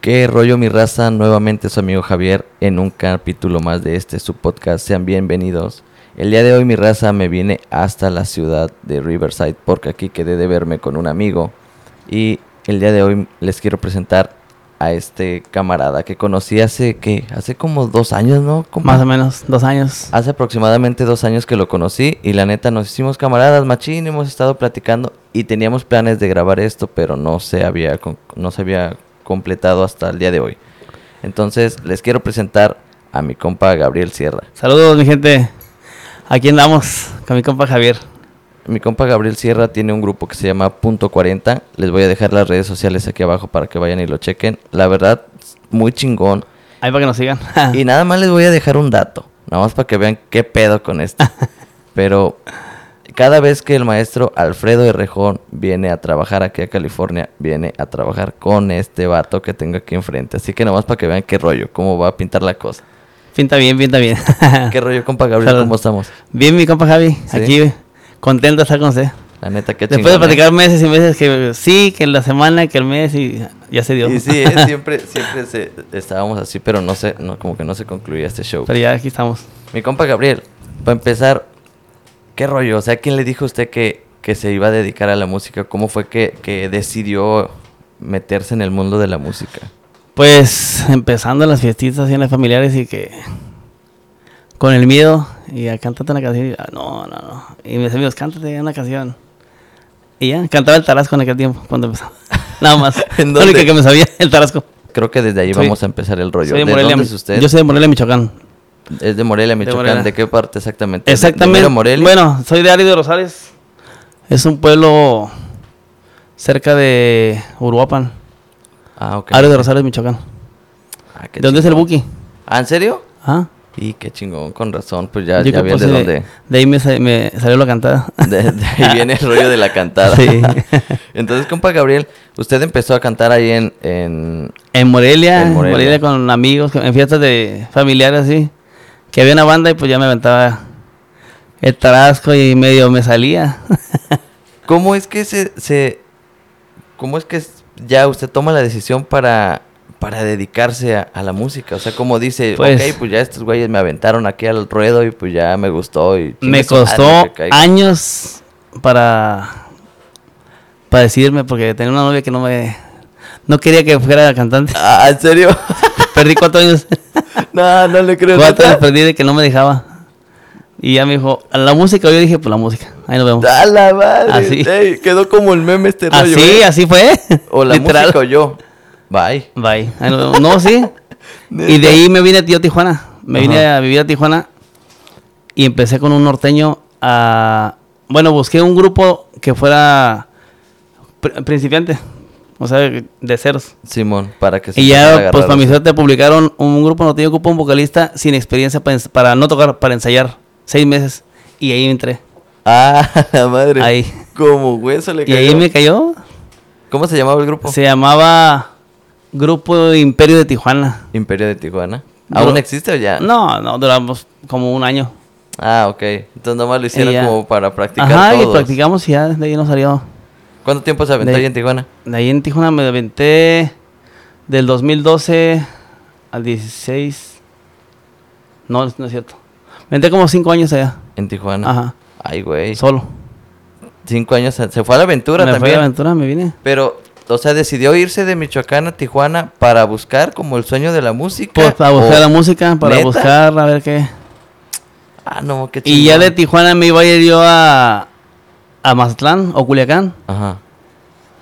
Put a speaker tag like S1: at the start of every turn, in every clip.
S1: ¿Qué rollo mi raza? Nuevamente su amigo Javier en un capítulo más de este su podcast. Sean bienvenidos. El día de hoy mi raza me viene hasta la ciudad de Riverside porque aquí quedé de verme con un amigo. Y el día de hoy les quiero presentar a este camarada que conocí hace que hace como dos años, ¿no? Como
S2: Más o menos, dos años.
S1: Hace aproximadamente dos años que lo conocí y la neta nos hicimos camaradas, machín, hemos estado platicando y teníamos planes de grabar esto, pero no se había, con- no se había completado hasta el día de hoy. Entonces les quiero presentar a mi compa Gabriel Sierra.
S2: Saludos, mi gente. Aquí andamos con mi compa Javier.
S1: Mi compa Gabriel Sierra tiene un grupo que se llama Punto 40. Les voy a dejar las redes sociales aquí abajo para que vayan y lo chequen. La verdad, muy chingón.
S2: Ahí para que nos sigan.
S1: Y nada más les voy a dejar un dato, nada más para que vean qué pedo con esto. Pero cada vez que el maestro Alfredo Herrejón viene a trabajar aquí a California, viene a trabajar con este vato que tengo aquí enfrente. Así que nada más para que vean qué rollo, cómo va a pintar la cosa.
S2: pinta bien, pinta bien.
S1: ¿Qué rollo, compa Gabriel?
S2: Ah. Salud.
S1: ¿Cómo estamos?
S2: bien, mi compa Javi.
S1: Sí.
S2: Aquí, contento de estar con usted.
S1: La neta, qué
S2: Después de
S1: chingón, ¿eh?
S2: platicar meses y meses que sí, que la semana, que el mes y ya se dio.
S1: Y sí, eh, siempre, siempre se- estábamos así, pero no sé, no, como que no se concluía este show.
S2: Pero ya aquí estamos.
S1: Mi compa Gabriel, para empezar, ¿qué rollo? O sea, ¿quién le dijo a usted que, que se iba a dedicar a la música? ¿Cómo fue que, que decidió meterse en el mundo de la música?
S2: Pues empezando las fiestitas y en las familiares y que con el miedo y a cantarte una canción. y, ah, no, no, no. Y mis amigos, cántate una canción. Y ya, cantaba el tarasco en aquel tiempo, cuando empezaba. Nada más.
S1: ¿En
S2: Lo
S1: dónde?
S2: único que me sabía, el tarasco.
S1: Creo que desde ahí
S2: Soy-
S1: vamos a empezar el rollo.
S2: Soy de
S1: ¿De
S2: Morelia,
S1: dónde es usted?
S2: Yo soy de Morelia, Michoacán.
S1: Es de Morelia, Michoacán. ¿De,
S2: Morelia.
S1: qué parte exactamente? ¿De- de
S2: Exactamente.
S1: mero Morelia?
S2: Bueno, soy de Árido Rosales. Es un pueblo cerca de Uruapan.
S1: Ah, ok.
S2: Árido Rosales, Michoacán.
S1: Ah, qué
S2: ¿De dónde es el Buki?
S1: chingón. Ah, ¿en serio?
S2: Ah,
S1: Y qué chingón, con razón. Pues ya,
S2: yo
S1: ya
S2: creo que
S1: vi de
S2: pues,
S1: dónde.
S2: de ahí me, sa- me salió la cantada.
S1: De, de ahí viene el rollo de la cantada.
S2: Sí.
S1: Entonces, compa Gabriel, usted empezó a cantar ahí en- en,
S2: En Morelia,
S1: En
S2: en
S1: Morelia.
S2: Morelia, con amigos, en fiestas de familiares así, que había una banda y pues ya me aventaba el tarasco y medio me salía.
S1: ¿Cómo es que se, se- cómo es que s- ya usted toma la decisión para, para dedicarse a, a la música? O sea, como dice,
S2: Pues-
S1: ok, pues ya estos güeyes me aventaron aquí al ruedo y pues ya me gustó y... chingue
S2: me
S1: su madre, que
S2: costó
S1: caiga.
S2: años para para decirme porque tenía una novia que no me no quería que fuera cantante.
S1: Ah, ¿En serio?
S2: Perdí cuatro años,
S1: no, no le creo.
S2: cuatro años
S1: neta.
S2: perdí de que no me dejaba. Y ya me dijo, "A la música, yo dije, pues la música, ahí nos vemos.
S1: A la madre.
S2: Así.
S1: ey, quedó como el meme este rollo.
S2: Así,
S1: ¿eh?
S2: así fue.
S1: O la
S2: Literal.
S1: música o yo. Bye.
S2: Bye. Ahí nos vemos. No, sí. Y de ahí me vine a Tío Tijuana. Me vine
S1: Ajá.
S2: a vivir a Tijuana y empecé con un norteño a... Bueno, busqué un grupo que fuera pr- principiante, o sea, de ceros.
S1: Simón, para que se
S2: Y
S1: empezara a
S2: ya,
S1: agarrar
S2: pues para mi
S1: los-
S2: suerte, publicaron un grupo norteño ocupa un vocalista sin experiencia para, ens- para no tocar, para ensayar. Seis meses. Y ahí entré.
S1: Ah, la madre.
S2: Ahí.
S1: Como hueso le
S2: Y
S1: cayó. Oh.
S2: ahí me cayó.
S1: ¿Cómo se llamaba el grupo?
S2: Se llamaba Grupo Imperio de Tijuana.
S1: Imperio de Tijuana.
S2: Bro-
S1: ¿Aún existe o ya?
S2: No, no, duramos como un año.
S1: Ah, ok. Entonces nomás lo
S2: Y
S1: hicieron
S2: ya.
S1: como para practicar
S2: Ajá, y
S1: todos.
S2: practicamos y ya de ahí nos salió.
S1: ¿Cuánto tiempo se aventó
S2: De-
S1: ahí en Tijuana?
S2: De ahí en Tijuana me aventé del 2012 al 16. No, no es cierto. Me aventé como 5 años allá.
S1: En Tijuana.
S2: Ajá.
S1: Ay, güey.
S2: Solo.
S1: Cinco años. Se se fue a la aventura
S2: me fui
S1: también.
S2: de aventura, me vine.
S1: Pero, o sea, decidió irse de Michoacán a Tijuana para buscar como el sueño de la música.
S2: Pues para buscar
S1: o-
S2: la música, para
S1: Oh, ¿Neta?
S2: buscar a ver qué.
S1: Ah, no, qué chido.
S2: Y ya de Tijuana me iba a ir yo a, a Mazatlán o Culiacán.
S1: Ajá.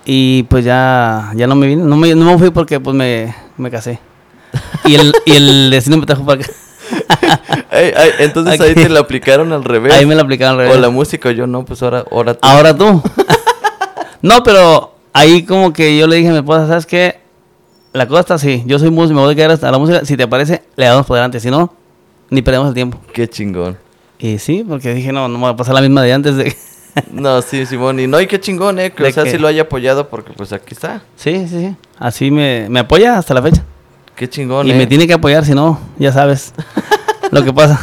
S2: Y pues ya, ya no me vine. No me, no me fui porque pues me, me casé. Y el, y el destino me trajo para acá.
S1: Ay, ay, entonces ahí
S2: Aquí.
S1: te la aplicaron al revés.
S2: Ahí me la aplicaron al revés. Ah.
S1: O la música, yo no, pues ahora, ahora tú.
S2: Ahora tú. no, pero ahí como que yo le dije a mi esposa, ¿sabes qué? La cosa está así. Yo soy músico, me voy a quedar hasta la música. Si te parece, le damos por delante. Si no, ni perdemos el tiempo.
S1: Qué chingón.
S2: Y sí, porque dije, no, no me va a pasar la misma de antes. De...
S1: No, sí, Simón. Y no, y qué chingón, eh. Que, o
S2: ¿De
S1: sea,
S2: qué?
S1: sí lo haya apoyado porque pues aquí está.
S2: sí, sí, sí. Así me, me apoya hasta la fecha.
S1: Qué chingón,
S2: y
S1: eh.
S2: me tiene que apoyar, si no, ya sabes lo que pasa.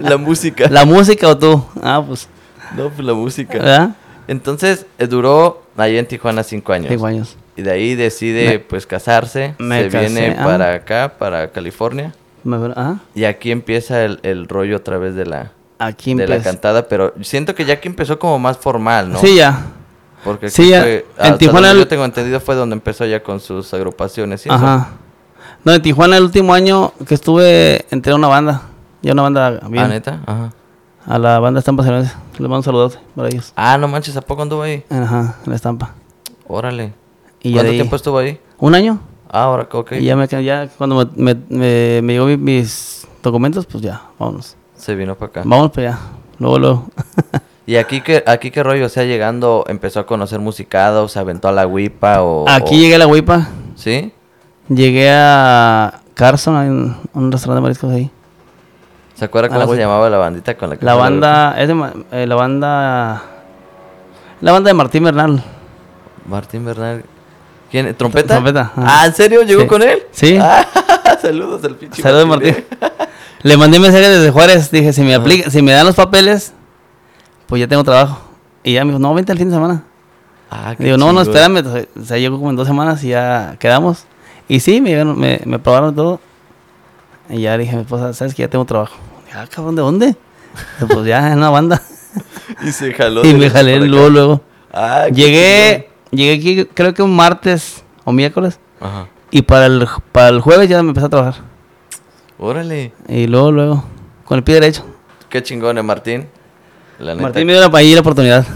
S1: La música.
S2: ¿La música o tú? Ah, pues,
S1: No, pues la música.
S2: ¿verdad?
S1: Entonces, eh, duró ahí en Tijuana cinco años.
S2: Cinco años.
S1: Y de ahí decide,
S2: Me-
S1: pues, casarse.
S2: me
S1: se
S2: casé,
S1: viene
S2: ah.
S1: para acá, para California.
S2: Me acuerdo- ah, ajá.
S1: Y aquí empieza el, el rollo a través de la,
S2: Aquí
S1: de la
S2: empezó.
S1: cantada. Pero siento que ya aquí empezó como más formal, ¿no?
S2: Sí, ya.
S1: Porque
S2: Sí,
S1: aquí
S2: ya-
S1: fue-
S2: en
S1: hasta
S2: Tijuana
S1: donde
S2: el-
S1: yo tengo entendido fue donde empezó ya con sus agrupaciones. y eso.
S2: Ajá. No, en Tijuana el último año que estuve, entré a una banda. Ya una banda bien.
S1: Ah, neta. Ajá.
S2: a la banda Estampa Cerones. Les mando un saludote para ellos.
S1: Ah, no manches, ¿a poco anduvo ahí?
S2: Ajá, en la Estampa.
S1: Órale.
S2: Y ya
S1: ¿Cuánto
S2: de ahí-
S1: tiempo estuvo ahí?
S2: Un año.
S1: Ah, ahora, ok.
S2: Y ya, me, ca- ya cuando me, me, me- me llegó mi- mis documentos, pues ya, vámonos.
S1: Se vino para acá.
S2: Vámonos para allá. Luego, luego.
S1: ¿Y aquí qué, aquí qué rollo? O sea, llegando, empezó a conocer musicada o se aventó a la huipa o...
S2: Aquí llegué a la huipa.
S1: o- ¿Sí?
S2: Llegué a Carson, hay un, un restaurante de mariscos ahí.
S1: ¿Se acuerda
S2: A
S1: cómo
S2: la
S1: se
S2: Huipa.
S1: llamaba la bandita con la que
S2: La
S1: fue
S2: banda, es de, Ma- eh, la banda, la banda de Martín Bernal.
S1: huipa? Martín Bernal. ¿Quién? ¿Trompeta?
S2: Trompeta, ajá.
S1: Ah, ¿en serio? ¿Llegó
S2: Sí.
S1: con él?
S2: Sí.
S1: Ah, saludos al pinche ¿eh?
S2: Saludos Martín. Le mandé mensaje desde Juárez, dije, si me
S1: Ajá.
S2: aplica, si me dan los papeles, pues ya tengo trabajo. Y ya me dijo, no, vente el fin de semana.
S1: Ah, qué
S2: Digo, no, no,
S1: chingón.
S2: espérame. O sea, llegó como en dos semanas y ya quedamos. Y sí, me, llegaron- me, me probaron todo. Y ya dije a mi esposa, ¿sabes que ya tengo trabajo? Dije, ah, cabrón, ¿de dónde? Dice, Pues ya, en una banda.
S1: Y se jaló.
S2: y
S1: de
S2: me
S1: regreso
S2: jalé
S1: para acá.
S2: luego, luego.
S1: Ah, qué
S2: Llegué, llegué aquí creo que un martes o miércoles.
S1: chingón. Ajá.
S2: Y para el, para el jueves ya me empecé a trabajar.
S1: Órale.
S2: Y luego, luego, con el pie derecho.
S1: Qué chingón, eh, Martín. La neta.
S2: Martín me dio la, ahí la oportunidad.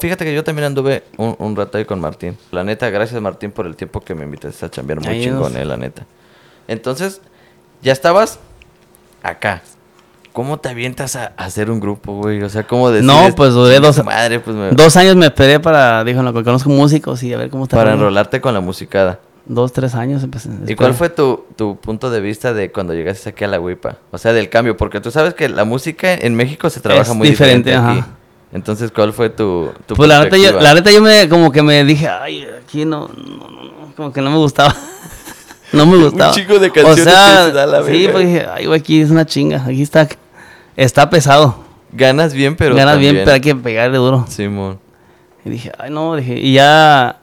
S1: Fíjate que yo también anduve un, un rato ahí con Martín. La neta, gracias Martín por el tiempo que me invitaste a chambear. Muy
S2: Ahí
S1: chingón,
S2: nos-
S1: eh, la neta. Entonces, ya estabas acá. ¿Cómo te avientas a, a hacer un grupo, güey? O sea, ¿cómo decides?
S2: No, pues, duré
S1: "Chinga
S2: dos-
S1: tu Madre, pues, me-
S2: Dos años me esperé para, dijo, no, conozco músicos y a ver cómo está.
S1: para
S2: el rollo".
S1: enrolarte con la musicada.
S2: Dos, tres años empecé.
S1: ¿Y cuál
S2: esperé.
S1: fue tu, tu punto de vista de cuando llegaste aquí a la huipa? O sea, del cambio, porque tú sabes que la música en México se trabaja
S2: Es
S1: muy diferente, aquí.
S2: diferente, ajá.
S1: Entonces, ¿cuál fue tu, tu
S2: Pues la neta, yo,
S1: perspectiva?
S2: la neta yo me como que me dije, ay, aquí no, no, no, no", como que no me gustaba. no me gustaba.
S1: chingo de canciones
S2: O sea,
S1: que se da la
S2: sí,
S1: verga.
S2: pues dije, ay, güey, aquí es una chinga, aquí está, está pesado.
S1: Ganas bien, pero
S2: Ganas bien,
S1: también-
S2: pero hay que pegarle duro.
S1: Simón.
S2: Y dije, ay, no, dije, y ya,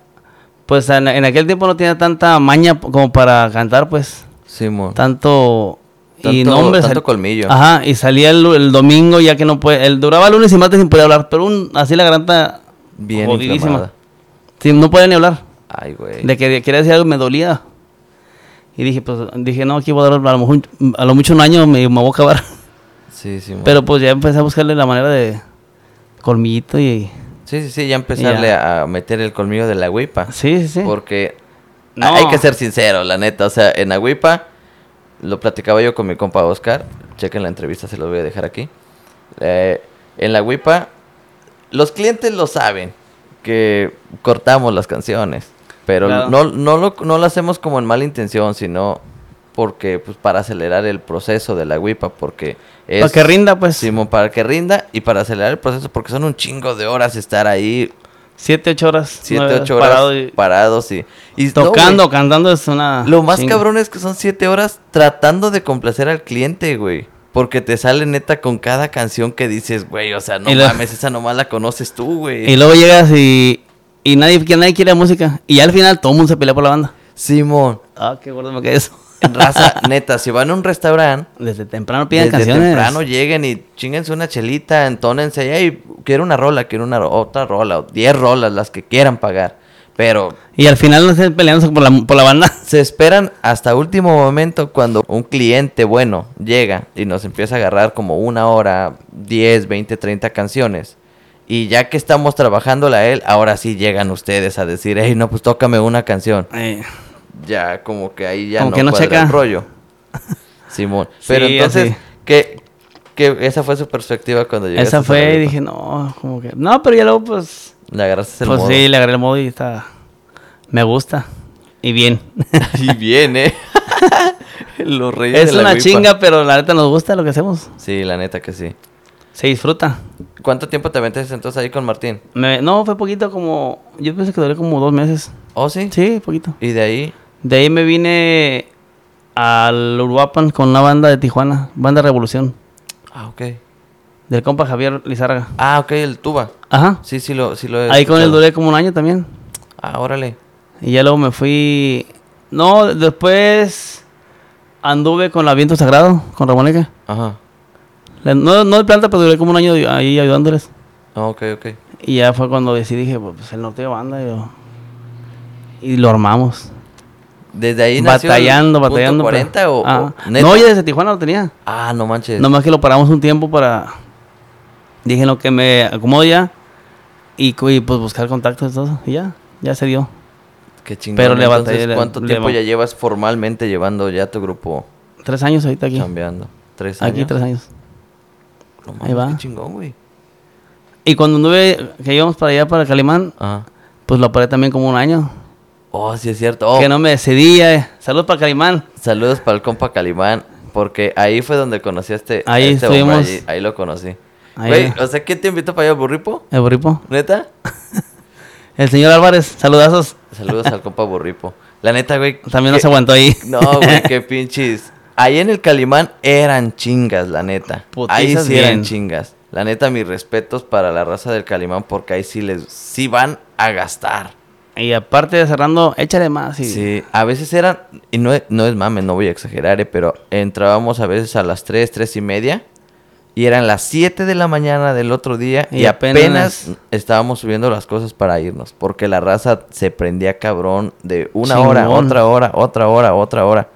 S2: pues en, en aquel tiempo no tenía tanta maña p- como para cantar, pues,
S1: Simón.
S2: tanto... y
S1: Tanto-
S2: nombre
S1: tanto colmillo.
S2: Ajá, y salía el, el domingo ya que no puede, el duraba lunes y martes sin poder hablar, pero un, así la garganta
S1: Bien
S2: jodidísima.
S1: inflamada.
S2: Sí, no podía ni hablar.
S1: Ay, güey.
S2: De que quería decir algo me dolía. Y dije, pues, dije, no, aquí voy a dar a lo, mejor, un- a lo mucho un año me, me voy a acabar.
S1: Sí, sí,
S2: Pero pues ya empecé a buscarle la manera de colmillito y...
S1: Sí, sí, sí, ya empezarle a meter el colmillo de la huipa.
S2: Sí, sí, sí.
S1: Porque
S2: No.
S1: hay que ser sincero, la neta. O sea, en Agüipa, lo platicaba yo con mi compa Oscar. Chequen la entrevista, se los voy a dejar aquí. Eh, en la Agüipa, los clientes lo saben, que cortamos las canciones. Pero
S2: Claro.
S1: no, no, lo, no lo hacemos como en mala intención, sino porque pues para acelerar el proceso de la Agüipa, porque es...
S2: Para que rinda, pues,
S1: Simón, para que rinda y para acelerar el proceso, porque son un chingo de horas estar ahí
S2: siete, ocho horas. nueve
S1: Siete, ocho horas
S2: parado y-
S1: parados y, y no,
S2: tocando, ah,
S1: güey.
S2: cantando es una...
S1: lo más
S2: chinga.
S1: cabrón es que son siete horas tratando de complacer al cliente, güey. Porque te sale neta con cada canción que dices, güey. O sea, no
S2: Y la-
S1: mames, esa nomás la conoces tú, güey.
S2: Y luego llegas y, y nadie, que nadie quiere la música. Y ya al final todo el mundo se pelea por la banda.
S1: Simón,
S2: Ah, qué gordo me quedé eso.
S1: raza, neta, si van a un restaurante,
S2: Desde temprano piden
S1: desde
S2: canciones.
S1: temprano lleguen y chinguense una chelita, entónense. Y quiero una rola, quiero una ro- otra rola, o diez rolas, las que quieran pagar. Pero
S2: Y al final no estén peleándose por la, por la banda.
S1: Se esperan hasta último momento cuando un cliente bueno llega y nos empieza a agarrar como una hora, 10, 20, 30 canciones. Y ya que estamos trabajándola a él, ahora sí llegan ustedes a decir, hey, no, pues tócame una canción.
S2: Eh.
S1: Ya, como que ahí ya
S2: Como
S1: no,
S2: que no
S1: cuadra
S2: checa.
S1: el rollo. Simón. Pero
S2: Sí,
S1: entonces,
S2: así.
S1: que esa fue su perspectiva cuando llegaste? a
S2: Esa
S1: la
S2: fue y
S1: prepa?
S2: dije, no, como que. No, pero ya luego, pues.
S1: Le agarraste el
S2: pues
S1: modo.
S2: sí, le agarré el modo y está. Me gusta. Y bien.
S1: Y viene. Los reyes
S2: es
S1: de la
S2: una
S1: huipa.
S2: chinga, pero la neta nos gusta lo que hacemos.
S1: Sí, la neta que sí.
S2: Se disfruta.
S1: ¿Cuánto tiempo te aventaste entonces ahí con Martín?
S2: Me- no, fue poquito como. Yo pensé que duré como dos meses.
S1: ¿Oh, sí?
S2: Sí, poquito.
S1: ¿Y de ahí?
S2: De ahí me vine al Uruapan con una banda de Tijuana, Banda Revolución,
S1: Ah, ok.
S2: del compa Javier Lizarga.
S1: Ah, ok, el tuba.
S2: Ajá.
S1: Sí, sí lo, sí lo he
S2: Ahí con él
S1: escuchado.
S2: duré como un año también.
S1: Ah, órale.
S2: Y ya luego me fui. No, después anduve con la Viento Sagrado, con Ramoneca.
S1: Ajá.
S2: La- No, no de planta, pero duré como un año ahí ayudándoles.
S1: Ah, ok, ok.
S2: Y ya fue cuando decidí, dije, pues el norte de banda. Y, lo- y lo armamos.
S1: Desde ahí nació el
S2: batallando,
S1: punto
S2: batallando. pero-
S1: 40 o,
S2: Ah,
S1: o neta?
S2: No, ya desde Tijuana lo tenía.
S1: Ah, no manches.
S2: Nomás que lo paramos un tiempo para. Dije lo que me acomodo ya. Y, cu- y, pues buscar contactos y todo. Y ya, ya se dio.
S1: Qué chingón.
S2: pero le
S1: Entonces,
S2: batallé, le-
S1: ¿Cuánto
S2: le
S1: tiempo
S2: ba-
S1: ya llevas formalmente llevando ya tu grupo
S2: Tres años ahorita aquí.
S1: chambeando? ¿Tres años?
S2: Aquí tres años.
S1: No
S2: Ahí
S1: mames,
S2: va.
S1: Qué chingón, güey.
S2: Y cuando anduve, que íbamos para allá, para Calimán,
S1: Ajá.
S2: pues lo paré también como un año.
S1: Oh, sí es cierto. Oh,
S2: Que no me decidía. eh. Saludos para Calimán.
S1: Saludos para el compa Calimán. Porque ahí fue donde conocí a este. a
S2: Ahí
S1: este hombre,
S2: estuvimos.
S1: Ahí, ahí lo conocí.
S2: Ahí. eh,
S1: Güey, o sea, ¿qué te invitó para allá, Burripo?
S2: El burripo.
S1: ¿Neta?
S2: El señor Álvarez, saludazos.
S1: Saludos al compa Burripo. La neta, güey.
S2: También
S1: qué-
S2: nos aguantó ahí.
S1: No, güey, qué pinches. Ahí en el Calimán eran chingas, la neta.
S2: Putizas
S1: ahí sí
S2: bien.
S1: eran chingas. La neta, mis respetos para la raza del Calimán porque ahí sí les sí van a gastar.
S2: Y aparte de cerrando, échale más. Y...
S1: Sí. a veces eran, y no, es- no es mame, no voy a exagerar, eh, pero entrábamos a veces a las 3, 3 y media, y eran las 7 de la mañana del otro día, y,
S2: Y
S1: apenas,
S2: apenas-
S1: estábamos subiendo las cosas para irnos, porque la raza se prendía cabrón de una
S2: Chingón.
S1: hora, otra hora, otra hora, otra hora.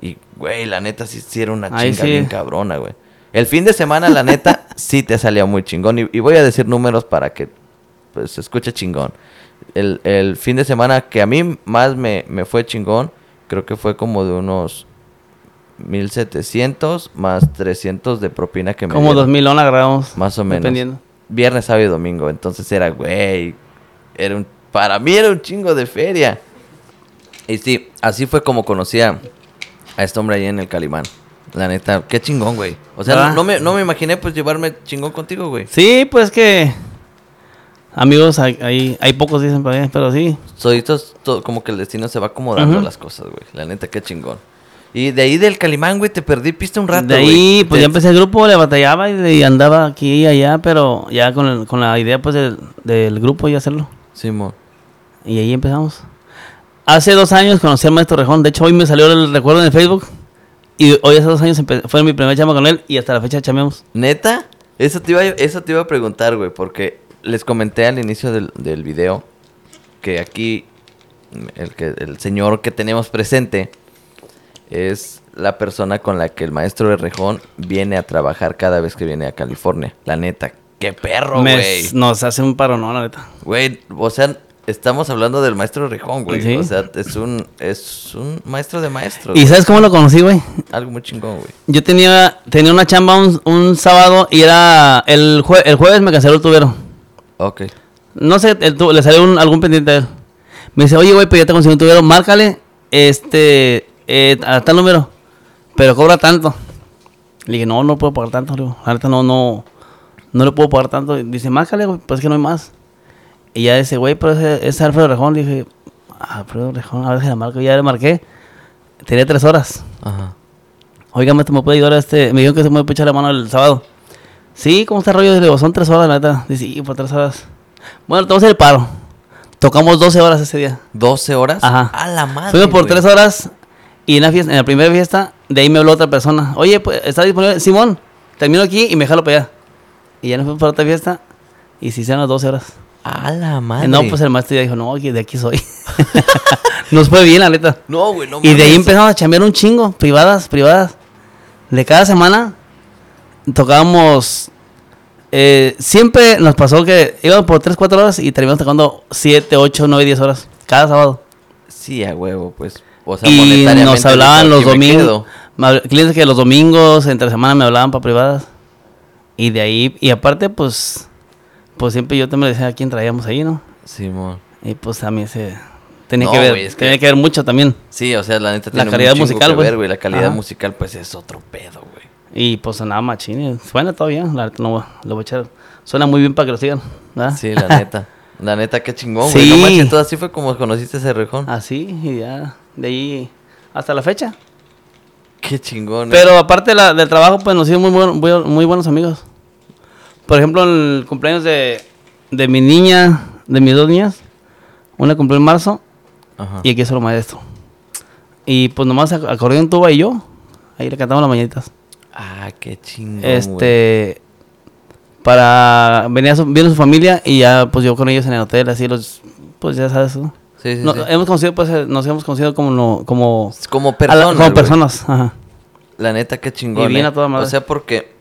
S1: Y, güey, la neta sí, sí era una
S2: Ahí
S1: chinga
S2: sí.
S1: bien cabrona, güey. El fin de semana, la neta, sí te salía muy chingón. Y, y voy a decir números para que pues, se escuche chingón. El, el fin de semana que a mí más me, me fue chingón, creo que fue como de unos 1700 más 300 de propina que me
S2: Como
S1: dieron.
S2: 2000 lona grabamos.
S1: Más o menos.
S2: Dependiendo.
S1: Viernes, sábado y domingo. Entonces era, güey, era un, para mí era un chingo de feria. Y sí, así fue como conocí a, a este hombre ahí en el Calimán. La neta, qué chingón, güey. O sea,
S2: Ah.
S1: no, no me, no me imaginé pues llevarme chingón contigo, güey.
S2: Sí, pues que. Amigos, hay, hay, hay pocos dicen para mí, pero sí.
S1: Solitos, to- como que el destino se va acomodando
S2: Ujú.
S1: las cosas, güey. La neta, qué chingón. Y de ahí del Calimán, güey, te perdí pista un rato,
S2: de ahí,
S1: güey.
S2: pues
S1: Te-
S2: ya empecé el grupo, le batallaba y, le- y andaba aquí y allá, pero ya con, el- con la idea pues del, del grupo y hacerlo.
S1: Simón.
S2: Y ahí empezamos. Hace dos años conocí al maestro Rejón, de hecho hoy me salió el recuerdo en el Facebook. Y hoy hace dos años empe- fue mi primer chama con él y hasta la fecha chameamos.
S1: ¿Neta? Eso te iba, a- eso te iba a preguntar, güey, porque les comenté al inicio del, del video que aquí mm, el, que, el señor que tenemos presente es la persona con la que el maestro de Rejón viene a trabajar cada vez que viene a California. La neta, qué perro,
S2: Me-
S1: güey.
S2: nos hace un paro, no, la neta.
S1: Güey, o sea, estamos hablando del maestro Rejón, güey.
S2: Sí.
S1: O sea, es un, es un maestro de maestros.
S2: ¿Y
S1: güey.
S2: sabes cómo lo conocí, güey?
S1: Algo muy chingón, güey.
S2: Yo tenía, tenía una chamba un, un sábado y era. El, jue- el jueves me canceló el tubero.
S1: Ok.
S2: No sé, el tu- le salió un- algún pendiente a él. Me dice, oye, güey, pero ya te conseguí un tubero, márcale este, eh, a tal número, pero cobra tanto. Le dije, no, no puedo pagar tanto, le digo, ahorita no, no, no le puedo pagar tanto. Y Dice, márcale, güey, pues es que no hay más. Y ya ese güey, pero ese es Alfredo Rejón, le dije, "Ah, Alfredo Rejón, a ver si la marco, ya le marqué. Tenía tres horas.
S1: Ajá.
S2: Oiga, maestro, ¿me puede ayudar a este? Me dijeron que se me puede echar la mano el sábado. Sí, ¿cómo está el rollo? Le digo, son tres horas, la neta. Dice, sí, por tres horas. Bueno, te vamos a hacer el paro. Tocamos 12 horas ese día.
S1: ¿12 horas?
S2: Ajá.
S1: A la madre.
S2: Fuimos por
S1: güey.
S2: tres horas y en la, fiesta, en la primera fiesta, de ahí me habló otra persona. Oye, pues, ¿está disponible? Simón, termino aquí y me jalo para allá. Y ya nos fuimos para otra fiesta y se hicieron las 12 horas.
S1: A la madre.
S2: No, pues el maestro ya dijo, no, aquí- de aquí soy. nos fue bien, la neta.
S1: No, güey, no
S2: Y de ahí
S1: mames.
S2: empezamos a chambear un chingo, privadas, privadas. De cada semana tocábamos. eh, siempre nos pasó que íbamos por 3, 4 horas y terminamos tocando 7, 8, 9, 10 horas. Cada sábado.
S1: Sí, a huevo, pues. O
S2: y
S1: monetariamente
S2: nos hablaban
S1: dijo,
S2: los
S1: "Aquí me
S2: domingos.
S1: quedo".
S2: me habl- Clientes que los domingos, entre semana me hablaban para privadas. Y de ahí, y aparte, pues. Pues siempre yo también le decía a quién traíamos ahí, ¿no?
S1: Simón.
S2: Y pues también se. Tenía
S1: No,
S2: que ver,
S1: güey, es que-
S2: tenía que ver mucho también.
S1: Sí, o sea, la neta
S2: La calidad musical,
S1: que
S2: güey.
S1: ver, güey. La calidad
S2: Ajá.
S1: musical, pues, es otro pedo, güey.
S2: Y pues sonaba machín. Suena todavía. La neta no voy a- lo voy a echar. Suena muy bien para que lo sigan. ¿verdad?
S1: Sí, la neta. La neta, qué chingón, güey. No
S2: Ah. Sí. Ah.
S1: manches, todo así fue como conociste ese rejón.
S2: Así y ya. De ahí hasta la fecha.
S1: Qué chingón. eh.
S2: Pero aparte de la- del trabajo, pues nos hicimos muy, buen- muy, muy buenos amigos. Por ejemplo, en el cumpleaños de, de mi niña, de mis dos niñas, una cumplió en marzo
S1: Ajá.
S2: Y aquí es solo maestro. Y pues nomás ac- acordeón tuba y yo. Ahí le cantamos las mañanitas.
S1: Ah, qué chingón. güey.
S2: este. Para. Venía su, vino su familia y ya, pues yo con ellos en el hotel, así los. Pues ya sabes. ¿no?
S1: Sí, sí,
S2: No,
S1: sí.
S2: Hemos conocido, pues, eh, nos hemos conocido como. no- como
S1: Es como
S2: a la-
S1: personas.
S2: como
S1: güey.
S2: personas. Ajá.
S1: La neta, qué chingón.
S2: Y bien
S1: ¿eh?
S2: a toda madre.
S1: O sea, porque,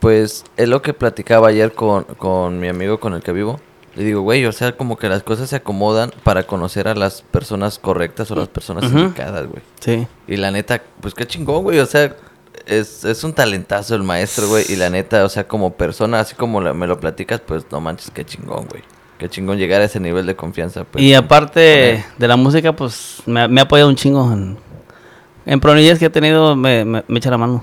S1: pues, es lo que platicaba ayer con, con mi amigo con el que vivo. Le digo, güey, o sea, como que las cosas se acomodan para conocer a las personas correctas o las personas
S2: Ujú.
S1: indicadas, güey.
S2: Sí.
S1: Y la neta, pues qué chingón, güey. O sea, es, es un talentazo el maestro, güey. Y la neta, o sea, como persona, así como la- me lo platicas, pues no manches, qué chingón, güey. Qué chingón llegar a ese nivel de confianza. Pues,
S2: y
S1: con-
S2: aparte
S1: con él.
S2: de la música, pues me, ha- me ha apoyado un chingo. En, en planillas que he tenido, me, me- me echa la mano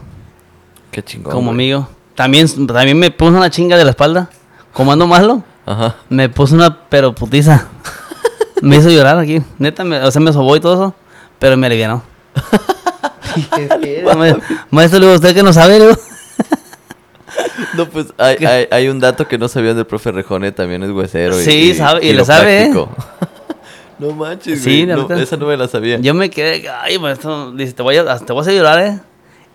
S1: Qué chingón.
S2: como
S1: güey.
S2: amigo. También, también me puso una chinga de la espalda. Como ando malo,
S1: Ajá.
S2: me puso una pero putiza. me hizo llorar aquí. Neta, me- o sea, me sobó y todo eso, pero me alivianó. Ma- Maestro, le digo, usted que no sabe, le digo.
S1: No, pues hay, hay, hay un dato que no sabían del profe Rejone, también es huesero. y-
S2: Sí,
S1: y,
S2: sabe- y
S1: lo
S2: le sabe, ¿eh?
S1: practicó. no manches, güey.
S2: Sí, la
S1: no,
S2: neta.
S1: esa no me la sabía.
S2: Yo me quedé, ay, maestro, dice, te voy a, te voy a hacer llorar, eh.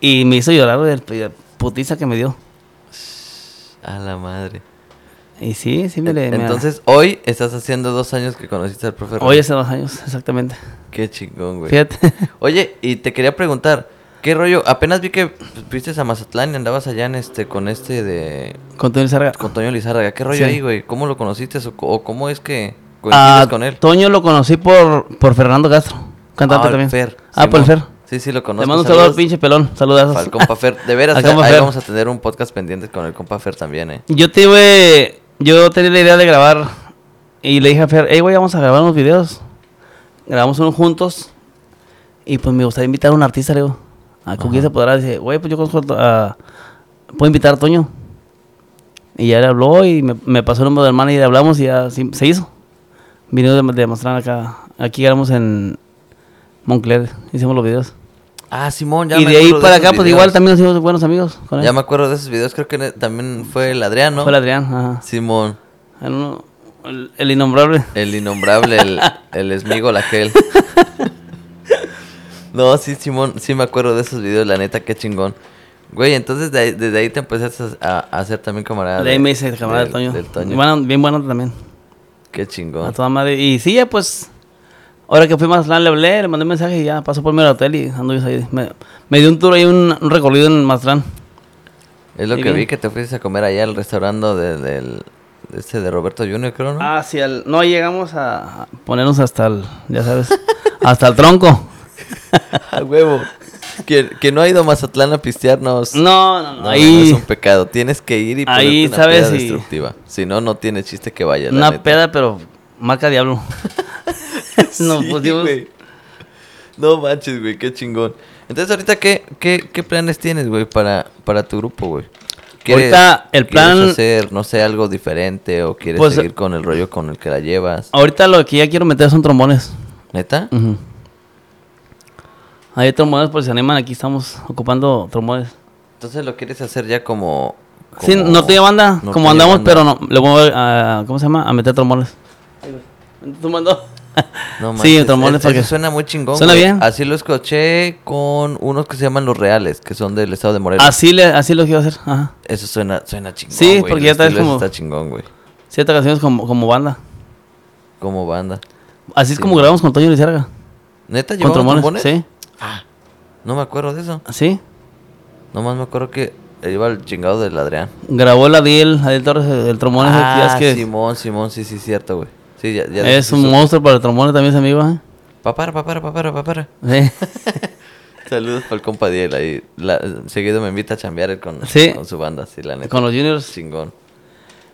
S2: Y me hizo llorar güey, el putiza que me dio.
S1: A la madre.
S2: Y sí, sí me le. me-
S1: Entonces, hoy estás haciendo dos años que conociste al profe
S2: Hoy
S1: Rejone.
S2: hace dos años, exactamente.
S1: Qué chingón, güey.
S2: Fíjate.
S1: Oye, y te quería preguntar, ¿qué rollo? Apenas vi que pues, fuiste a Mazatlán y andabas allá en este, con este de...
S2: Con Toño Lizárraga.
S1: Con Toño Lizárraga. ¿Qué rollo
S2: Sí.
S1: ahí, güey? ¿Cómo lo conociste o, co- o cómo es que coincides
S2: Ah,
S1: con él?
S2: Toño lo conocí por, por Fernando Castro, cantante
S1: Ah, el
S2: también.
S1: Fer,
S2: Ah, por el Fer.
S1: Simón. Sí, sí, lo conozco.
S2: Te mando un saludo al
S1: saludos.
S2: pinche pelón. Saludos.
S1: Al compa Fer. De veras,
S2: Al
S1: eh,
S2: compa
S1: ahí
S2: Fer.
S1: vamos a tener un podcast pendiente con el compa Fer también, eh.
S2: Yo te iba- Yo tenía la idea de grabar. Y le dije a Fer, hey, güey, vamos a grabar unos videos. Grabamos uno juntos. Y pues me gustaría invitar a un artista, le digo. ¿A con quién
S1: Ajá.
S2: se podrá? Dice, güey, pues yo conozco a. To- a- Puedo invitar a Toño. Y ya le habló y me, me pasó el número del manager y hablamos y ya sí- se hizo. Vino de, de Mazatlán acá. Aquí grabamos en Moncler. Hicimos los videos.
S1: Ah, Simón, ya
S2: Y
S1: me
S2: de ahí
S1: acuerdo
S2: para
S1: esos
S2: acá, pues
S1: videos.
S2: igual también nos hicimos buenos amigos. Con él.
S1: Ya me acuerdo de esos videos, creo que ne- también fue el Adrián, ¿no?
S2: Fue el Adrián, ajá.
S1: Simón,
S2: En uno- Ah, el- el innombrable.
S1: el innombrable, el, el esmígol aquel. no, sí, Simón, sí me acuerdo de esos videos, la neta, qué chingón. Güey, entonces de ahí- desde ahí te empezaste a, a hacer también camarada.
S2: De ahí me dice el camarada
S1: Ah, del-
S2: Toño.
S1: del
S2: Bueno, bien bueno también.
S1: Qué
S2: A
S1: chingón.
S2: toda madre. Y sí, ya pues. Ahora que fui a Mazatlán, le hablé, le mandé un mensaje y ya pasó por mi hotel y anduvimos ahí. Me, me dio un tour ahí, un, un recorrido en Mazatlán.
S1: Es lo
S2: Y
S1: que
S2: bien.
S1: vi que te fuiste a comer allá al restaurante de, del, de este de Roberto Junior, creo, ¿no?
S2: Ah, sí, al- no llegamos a ponernos hasta el, ya sabes, hasta el tronco.
S1: A Ah, huevo. Que, que no ha ido a Mazatlán a pistearnos.
S2: No, no, no.
S1: No, no,
S2: ahí,
S1: es un pecado. Tienes que ir y ponerte
S2: Ahí,
S1: una
S2: ¿sabes?
S1: peda
S2: Y-
S1: destructiva. Si no, no tiene chiste que vaya. la
S2: una
S1: neta.
S2: peda, pero marca diablo. Nos
S1: Sí,
S2: pusimos.
S1: güey. No manches, güey, qué chingón. Entonces, ahorita, ¿qué, qué, qué planes tienes, güey, para, para tu grupo, güey?
S2: Ahorita,
S1: quieres
S2: el plan-
S1: hacer, no sé, algo diferente o quieres
S2: Pues-
S1: seguir con el rollo con el que la llevas?
S2: Ahorita lo que ya quiero meter son trombones.
S1: ¿Neta?
S2: Ujú. Hay trombones, por si se animan, aquí estamos ocupando trombones.
S1: Entonces, ¿lo quieres hacer ya como...?
S2: Sí,
S1: como-
S2: no tiene banda,
S1: no
S2: como
S1: tiene
S2: andamos,
S1: banda?
S2: pero no, le voy a, ¿cómo se llama? A meter trombones. ¿Tú mandó?
S1: No
S2: Sí,
S1: manches,
S2: Trombones,
S1: es-
S2: porque-
S1: eso suena muy chingón.
S2: Suena
S1: güey.
S2: bien.
S1: Así lo escuché con unos que se llaman Los Reales, que son del estado de Morelos.
S2: Así, le, así lo quiero hacer, ajá.
S1: Eso suena, suena chingón.
S2: Ah, Sí,
S1: güey,
S2: porque
S1: el
S2: ya traes
S1: estilo ese
S2: como-
S1: Está chingón, güey.
S2: Ciertas canciones como, como banda.
S1: Como banda.
S2: Así es
S1: Sí.
S2: como grabamos con Toño Lizarga.
S1: ¿Neta
S2: Con
S1: llevaban
S2: trombones,
S1: trombones? Ah,
S2: sí.
S1: No me acuerdo de eso.
S2: Así.
S1: Nomás me acuerdo que iba el chingado del Adrián.
S2: Grabó la Adiel, Adiel Torres, el el trombón. ese, ya
S1: Ah,
S2: es que
S1: Simón, Simón, sí, sí, cierto, güey. Sí, ya, ya
S2: es un monstruo para el trombón también, ese amigo. ¿eh?
S1: Papara, papara, papara, papara.
S2: Sí.
S1: Saludos para el compa Diel ahí. La- seguido me invita a chambear él con,
S2: Sí.
S1: con su banda, sí, la neta.
S2: con los juniors.
S1: Chingón.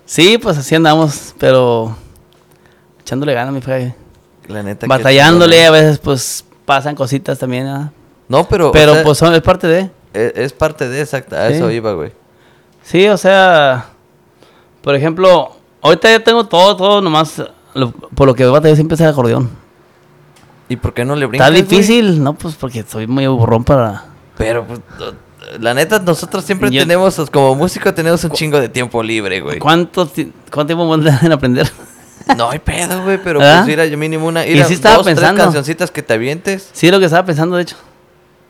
S2: Sí, pues así andamos, pero echándole ganas, mi fe.
S1: La neta. qué
S2: Batallándole,
S1: chingón,
S2: a veces pues pasan cositas también, ¿ah?
S1: güey. No, pero. o
S2: pero
S1: sea,
S2: pues son- es parte de...
S1: Es, es parte de exacta, a
S2: Sí.
S1: eso iba, güey.
S2: Sí, o sea, por ejemplo, ahorita ya tengo todo, todo, nomás lo- por lo que batallar siempre es el acordeón.
S1: ¿Y por qué no le brincas?
S2: Está
S1: güey?
S2: difícil, ¿no? Pues porque soy muy borrón para...
S1: Pero, pues, uh, la neta, nosotros siempre
S2: Yo-
S1: tenemos, como músico, tenemos un chingo de tiempo libre, güey.
S2: ¿Cuánto, ti- ¿Cuánto tiempo voy a dar en aprender?
S1: No hay pedo, güey, pero
S2: ¿Verdad?
S1: pues mira, yo mínimo una.
S2: ¿Ah? Y
S1: Mira,
S2: sí estaba
S1: dos,
S2: pensando.
S1: tres cancioncitas que te avientes.
S2: Sí, lo que estaba pensando, de hecho.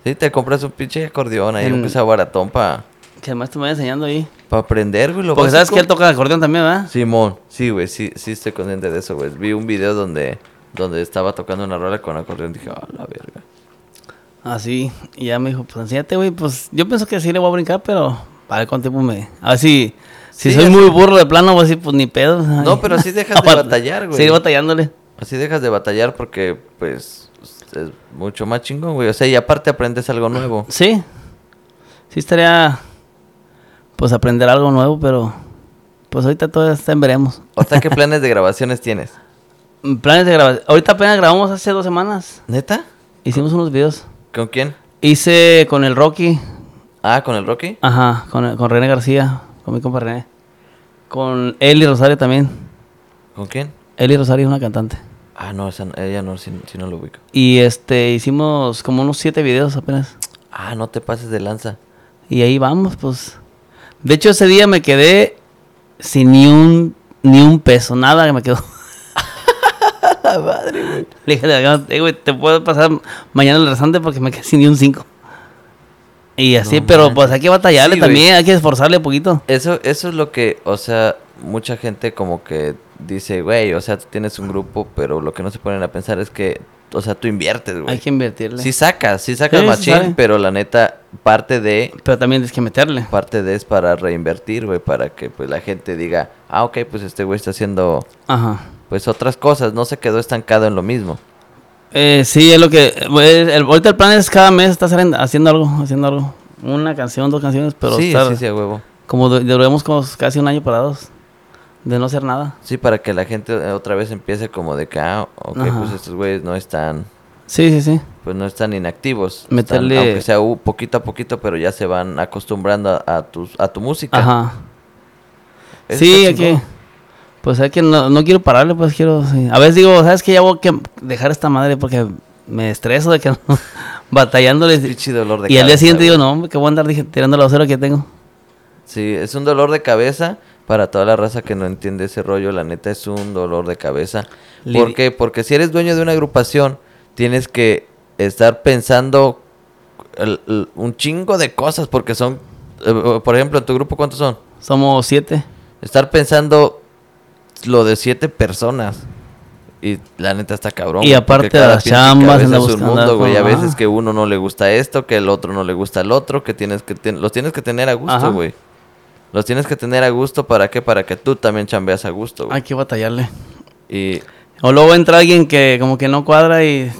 S1: Sí, te compras un pinche acordeón ahí,
S2: En-
S1: aunque sea baratón para
S2: Que además te me vaya enseñando ahí.
S1: pa aprender, güey. lo
S2: Porque sabes
S1: básico.
S2: que él toca acordeón también, ¿verdad?
S1: Simón, sí, güey, sí, sí estoy consciente de eso, güey. Vi un video donde, donde estaba tocando una rola con acordeón y dije, ah, la verga.
S2: Así. Ah, Y ya me dijo, pues enséñate, güey. Pues yo pienso que sí le voy a brincar, pero a ver cuánto tiempo me. A ver si. Si
S1: Sí,
S2: soy
S1: así-
S2: muy burro de plano, voy a decir, pues ni pedo.
S1: No, pero así dejas de batallar, güey.
S2: Sigue batallándole.
S1: Así dejas de batallar porque, pues, es mucho más chingón, güey. O sea, y aparte aprendes algo nuevo.
S2: Sí. Sí estaría. Pues aprender algo nuevo, pero. Pues ahorita todo está en veremos. Mm,
S1: O sea, ¿qué planes de grabaciones tienes?
S2: Planes de grabación. Ahorita apenas grabamos hace dos semanas.
S1: ¿Neta?
S2: Hicimos unos videos.
S1: ¿Con quién?
S2: Hice con el Rocky.
S1: Ah, ¿con el Rocky?
S2: Ajá, con, con René García. Con mi compa René. Con Eli Rosario también.
S1: ¿Con quién?
S2: Eli Rosario es una cantante.
S1: Ah, no, esa, no- ella no, si, si no lo ubico.
S2: Y este, hicimos como unos siete videos apenas.
S1: Ah, no te pases de lanza.
S2: Y ahí vamos, pues. De hecho, ese día me quedé sin ni un, ni un peso, nada que me quedó.
S1: madre, güey.
S2: Le dije, "Eh, güey, eh, güey, te puedo pasar mañana el restante porque me quedé sin ni un cinco. Y así,
S1: No
S2: pero
S1: manches.
S2: pues hay que batallarle
S1: Sí, güey.
S2: también, hay que esforzarle un poquito.
S1: Eso, eso es lo que, o sea, mucha gente como que dice, güey, o sea, tú tienes un grupo, pero lo que no se ponen a pensar es que, o sea, tú inviertes,
S2: Hay
S1: güey.
S2: que invertirle.
S1: Sí sacas, sí sacas
S2: Sí, se sabe.
S1: machín, pero la neta, parte de,
S2: pero también tienes que meterle.
S1: parte de es para reinvertir, güey, para que pues la gente diga, ah, ok, pues este güey está haciendo,
S2: Ajá.
S1: pues otras cosas, no se quedó estancado en lo mismo.
S2: Eh, sí, es lo que. pues, el, ahorita el plan es cada mes estar haciendo- haciendo algo, haciendo algo. Una canción, dos canciones, pero
S1: sí,
S2: estar-
S1: sí, sí, a huevo.
S2: como du- duramos como casi un año parados de no hacer nada.
S1: Sí, para que la gente eh, otra vez empiece como de que, ah, ok,
S2: Ajá.
S1: pues estos güeyes no están,
S2: Sí, sí, sí.
S1: pues no están inactivos. Están,
S2: Meterle-
S1: aunque sea uh, poquito a poquito, pero ya se van acostumbrando a, a tus, a tu música.
S2: Ajá.
S1: Eso
S2: Sí,
S1: está
S2: hay que.
S1: chingón.
S2: Pues hay que. No, no quiero pararle, pues quiero. sí. A veces digo, ¿sabes qué? Ya voy a que dejar esta madre porque me estreso de que no. batallándole.
S1: Pinche dolor de
S2: Y al día
S1: cabeza,
S2: siguiente
S1: güey.
S2: digo, no, hombre, que voy a andar dije, tirando la cero que tengo.
S1: Sí, es un dolor de cabeza para toda la raza que no entiende ese rollo. La neta es un dolor de cabeza.
S2: Lidi-
S1: ¿Por qué? Porque si eres dueño de una agrupación, tienes que estar pensando el- el- un chingo de cosas porque son, eh, por ejemplo, en tu grupo, ¿cuántos son?
S2: Somos siete.
S1: Estar pensando lo de siete personas. Y la neta está cabrón.
S2: Y
S1: güey,
S2: aparte
S1: porque cada
S2: las
S1: pinche
S2: chambas,
S1: cabeza
S2: andar
S1: es un
S2: buscando
S1: mundo, güey. A
S2: algo,
S1: veces
S2: ajá.
S1: que uno no le gusta esto, que el otro no le gusta el otro, que tienes que ten- los tienes que tener a
S2: Ajá.
S1: gusto, güey. Los tienes que tener a gusto, ¿para qué? Para que tú también chambeas a gusto, güey.
S2: Hay que batallarle.
S1: Y
S2: O luego entra alguien que como que no cuadra y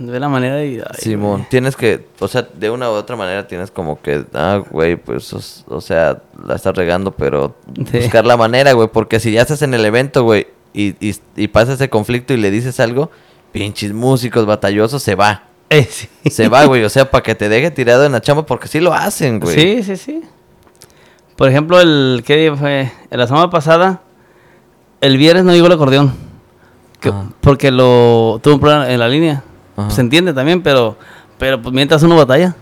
S2: ve la manera y... ay,
S1: Simón, tienes que, o sea, de una u otra manera tienes como que, ah, güey, pues, os- o, sea, la estás regando, pero
S2: Sí.
S1: buscar la manera, güey, porque si ya estás en el evento, güey, y, y, y pasa ese conflicto y le dices algo, pinches músicos batallosos, se va,
S2: Eh, sí.
S1: se va, güey, o sea, para que te deje tirado en la chamba, porque sí lo hacen, güey.
S2: Sí, sí, sí. Por ejemplo, el ¿qué día fue? La semana pasada, el viernes no llegó el acordeón. que-
S1: Ajá.
S2: Porque lo tuvo un problema en la línea.
S1: Ah. Ajá.
S2: Se entiende también, pero, pero pues mientras uno batalla.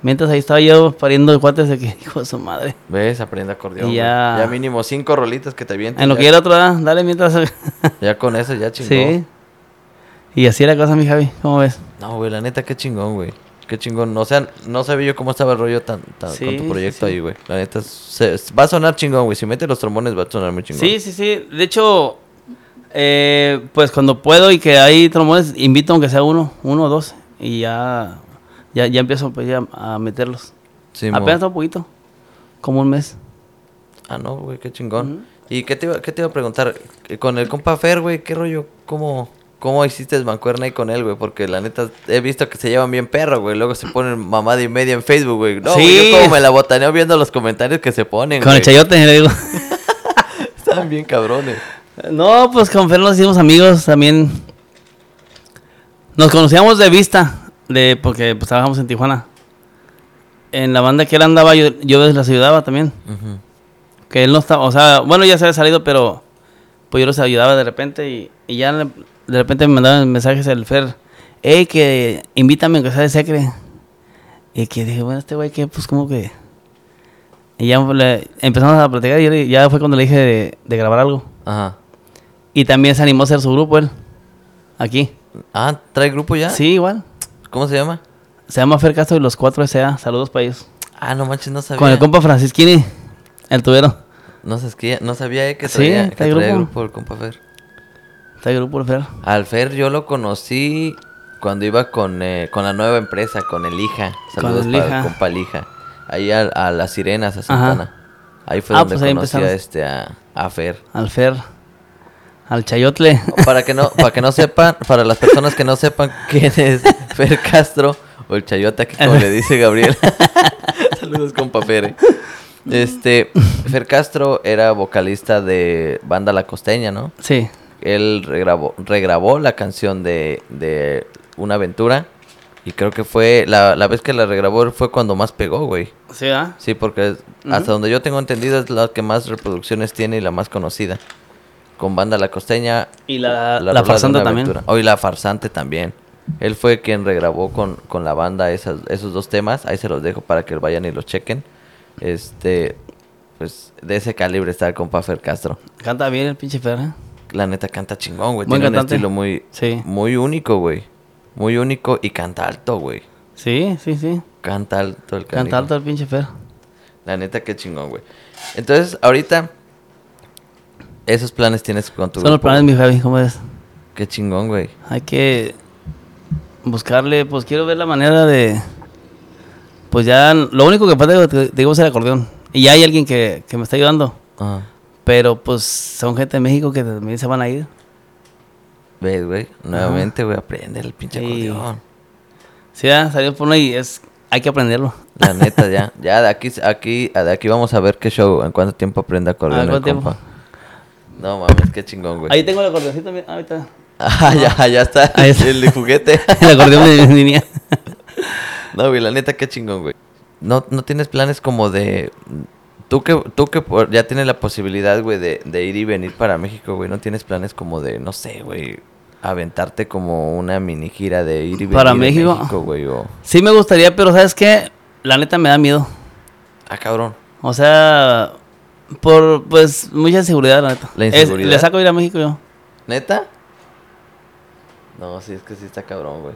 S2: Mientras ahí estaba yo pariendo de cuates de que hijo de su madre.
S1: ¿Ves? Aprende acordeón.
S2: Y
S1: Ya...
S2: ya-
S1: ya mínimo cinco rolitas que te avienten.
S2: En lo
S1: ya,
S2: que era otro, ah, dale mientras.
S1: ya con eso ya chingó.
S2: sí. Y así era la cosa, mi Javi. ¿Cómo ves?
S1: No, güey, la neta, qué chingón, güey. Qué chingón. O sea, no sabía yo cómo estaba el rollo tan, tan-
S2: Sí,
S1: con
S2: sí,
S1: tu proyecto
S2: sí.
S1: ahí, güey. La neta, se- va a sonar chingón, güey. Si mete los trombones, va a sonar muy chingón.
S2: Sí, sí, sí. De hecho, eh, pues cuando puedo y que hay trombones, invito aunque sea uno, uno o dos. Y ya, ya, ya empiezo pues, ya a meterlos.
S1: Sí, mo.
S2: Apenas un poquito, como un mes.
S1: Ah, no, güey, qué chingón. ¿Y qué te, iba, qué te iba a preguntar? Eh, Con el compa Fer, güey, ¿qué rollo? ¿Cómo, cómo hiciste mancuerna ahí con él, güey? Porque la neta, he visto que se llevan bien perro, güey. Luego se ponen mamada y media en Facebook, güey. No, güey,
S2: Sí.
S1: yo como me la botaneo viendo los comentarios que se ponen,
S2: Con el
S1: güey.
S2: chayote, le digo.
S1: Están bien cabrones.
S2: no, pues con Fer nos hicimos amigos también. Nos conocíamos de vista, de, porque pues, trabajamos en Tijuana. En la banda que él andaba, yo, yo desde la ciudad también.
S1: Ujú.
S2: Que él no estaba, o sea, bueno, ya se había salido, pero pues yo los ayudaba de repente y, y ya le- de repente me mandaban mensajes al Fer, hey, que invítame aunque sea de secre. Y que dije, bueno, este güey que, pues como que... Y ya le- empezamos a platicar y yo le- ya fue cuando le dije de, de grabar algo.
S1: Ajá.
S2: Y también se animó a hacer su grupo él. Aquí.
S1: Ah, ¿trae grupo ya?
S2: Sí, igual.
S1: ¿Cómo se llama?
S2: Se llama Fer Castro y los cuatro S.A. Saludos para ellos.
S1: Ah, no manches, no sabía.
S2: Con el compa Francisquini, el tubero.
S1: No, sabes que- no sabía eh, que
S2: Sí,
S1: traía, que
S2: trae
S1: traía
S2: grupo.
S1: grupo el compa Fer.
S2: Está el grupo el Fer.
S1: Al Fer yo lo conocí cuando iba con, eh, con la nueva empresa, con el Lija.
S2: Con
S1: Saludos
S2: el
S1: para
S2: Lija.
S1: el compa Lija. Ahí al- a, las sirenas, a
S2: Ajá.
S1: Santana. Ahí fue
S2: Ah,
S1: donde
S2: pues ahí
S1: conocí a,
S2: empezamos.
S1: este, a, a Fer.
S2: Al Fer. Al Chayotle.
S1: Para que no, para que no sepan, para las personas que no sepan quién es Fer Castro o el Chayota, que como le dice Gabriel. Saludos con Fer. eh. Este, Fer Castro era vocalista de Banda La Costeña, ¿no?
S2: Sí.
S1: Él regrabó, regrabó la canción de, de Una Aventura. Y creo que fue la, la vez que la regrabó fue cuando más pegó, güey.
S2: Sí, ¿verdad?
S1: Sí, porque es-
S2: Ujú.
S1: hasta donde yo tengo entendido es la que más reproducciones tiene y la más conocida. Con Banda La Costeña.
S2: Y la- la
S1: rola de
S2: Farsante
S1: Una
S2: también.
S1: Aventura. Oh, y la Farsante también. Él fue quien regrabó con, con la banda esas- esos dos temas. Ahí se los dejo para que vayan y los chequen. Este, pues de ese calibre está el compa Fer Castro.
S2: Canta bien el pinche Fer, ¿eh?
S1: La neta canta chingón, güey.
S2: Buen
S1: Tiene
S2: cantante.
S1: un estilo muy,
S2: Sí.
S1: muy único, güey. Muy único y canta alto, güey.
S2: Sí, sí, sí.
S1: Canta alto el canijo.
S2: Canta alto el pinche Fer.
S1: La neta, qué chingón, güey. Entonces, ahorita, esos planes tienes con tu
S2: Son los
S1: grupo,
S2: planes, mi Javi, ¿cómo es?
S1: güey. Qué chingón, güey.
S2: Hay que buscarle, pues quiero ver la manera de. Pues ya, lo único que falta, te te digo, es el acordeón. Y ya hay alguien que, que me está ayudando.
S1: Ajá.
S2: Pero pues son gente de México que también se van a ir.
S1: ¿Ves, güey? Nuevamente, güey, aprende el pinche
S2: Sí.
S1: acordeón.
S2: Sí, ya salió por uno y es, hay que aprenderlo.
S1: La neta, ya. Ya de aquí, aquí, de aquí vamos a ver qué show, en cuánto tiempo aprende acordeón
S2: Ah,
S1: el
S2: ¿cuánto tiempo?
S1: compa. No mames, qué chingón, güey.
S2: Ahí tengo el acordeoncito, mira, ahorita.
S1: Ah, ya, ya está.
S2: Ahí está.
S1: El juguete.
S2: El acordeón de mi niña.
S1: No, güey, la neta, qué chingón, güey. No, no tienes planes como de... Tú que, tú que por- ya tienes la posibilidad, güey, de, de ir y venir para México, güey. No tienes planes como de, no sé, güey, aventarte como una mini gira de ir y venir
S2: ¿Para
S1: en
S2: México?
S1: güey, o...
S2: Sí me gustaría, pero ¿sabes qué? La neta me da miedo.
S1: Ah, cabrón.
S2: O sea, por, pues, mucha inseguridad, la neta.
S1: ¿La
S2: Es-
S1: inseguridad?
S2: le saco ir a México yo.
S1: ¿Neta? No, sí, es que sí está cabrón, güey.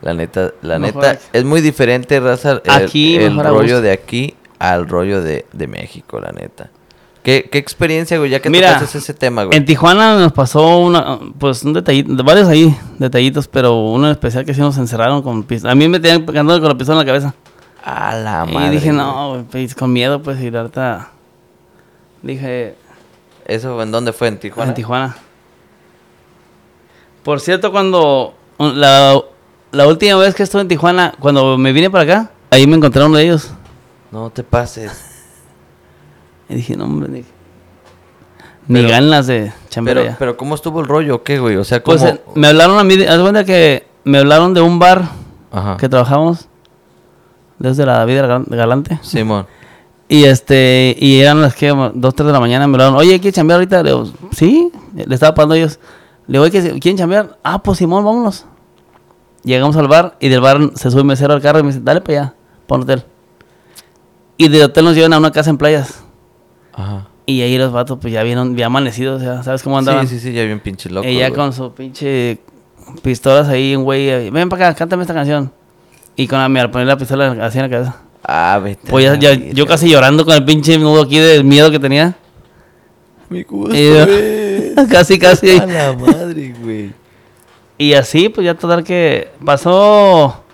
S1: La neta, la
S2: Mejor
S1: neta,
S2: aquí.
S1: es muy diferente, raza, el,
S2: Aquí,
S1: el
S2: mejor a
S1: rollo
S2: gusto.
S1: de aquí al rollo de, de México, la neta. ¿Qué, qué experiencia, güey? Ya que
S2: Mira,
S1: tocaste ese tema, güey.
S2: En Tijuana nos pasó una, pues un detallito, varios ahí, detallitos, pero uno en especial que sí nos encerraron con pis- A mí me tenían pegando con la pistola en la cabeza.
S1: A la
S2: y
S1: madre.
S2: dije,
S1: güey.
S2: no, güey, pues, con miedo, pues, y la neta. Dije,
S1: ¿Eso fue en dónde fue? ¿En Tijuana?
S2: en Tijuana. Por cierto, cuando un- la, la última vez que estuve en Tijuana, cuando me vine para acá, ahí me encontré a uno de ellos.
S1: No te pases.
S2: Y dije, no, hombre, ni, ni
S1: Pero-
S2: ganas de chambear
S1: Pero,
S2: allá".
S1: pero ¿cómo estuvo el rollo o qué, güey? O sea, ¿cómo...?
S2: Pues eh, me hablaron a mí, de- haz de cuenta que me hablaron de un bar
S1: Ajá.
S2: que trabajamos desde la David Gal- Galante.
S1: Simón.
S2: Y este, y eran las que como, dos, tres de la mañana me hablaron, oye, ¿quieren chambear ahorita? Le digo, sí, le estaba pagando a ellos. Le digo, "Oye, ¿qué- ¿quieren chambear? Ah, pues Simón, vámonos. Llegamos al bar y del bar se sube un mesero al carro y me dice, dale para allá, para un hotel. Y del hotel nos llevan a una casa en playas.
S1: Ajá.
S2: Y ahí los vatos, pues ya vieron, ya amanecidos, ya sabes cómo andaban.
S1: Sí, sí, sí, ya bien pinche loco,
S2: Ella
S1: güey.
S2: con su pinche pistolas ahí, un güey, ahí, ven para acá, cántame esta canción. Y con la me al poner la pistola así en la cabeza.
S1: Ah, vete. a
S2: Pues ya-
S1: la
S2: ya-
S1: verga,
S2: yo casi llorando con el pinche nudo aquí del miedo que tenía.
S1: Mi gusto,
S2: Y yo-
S1: güey.
S2: casi, casi.
S1: A la madre, güey.
S2: Y así, pues ya total que pasó.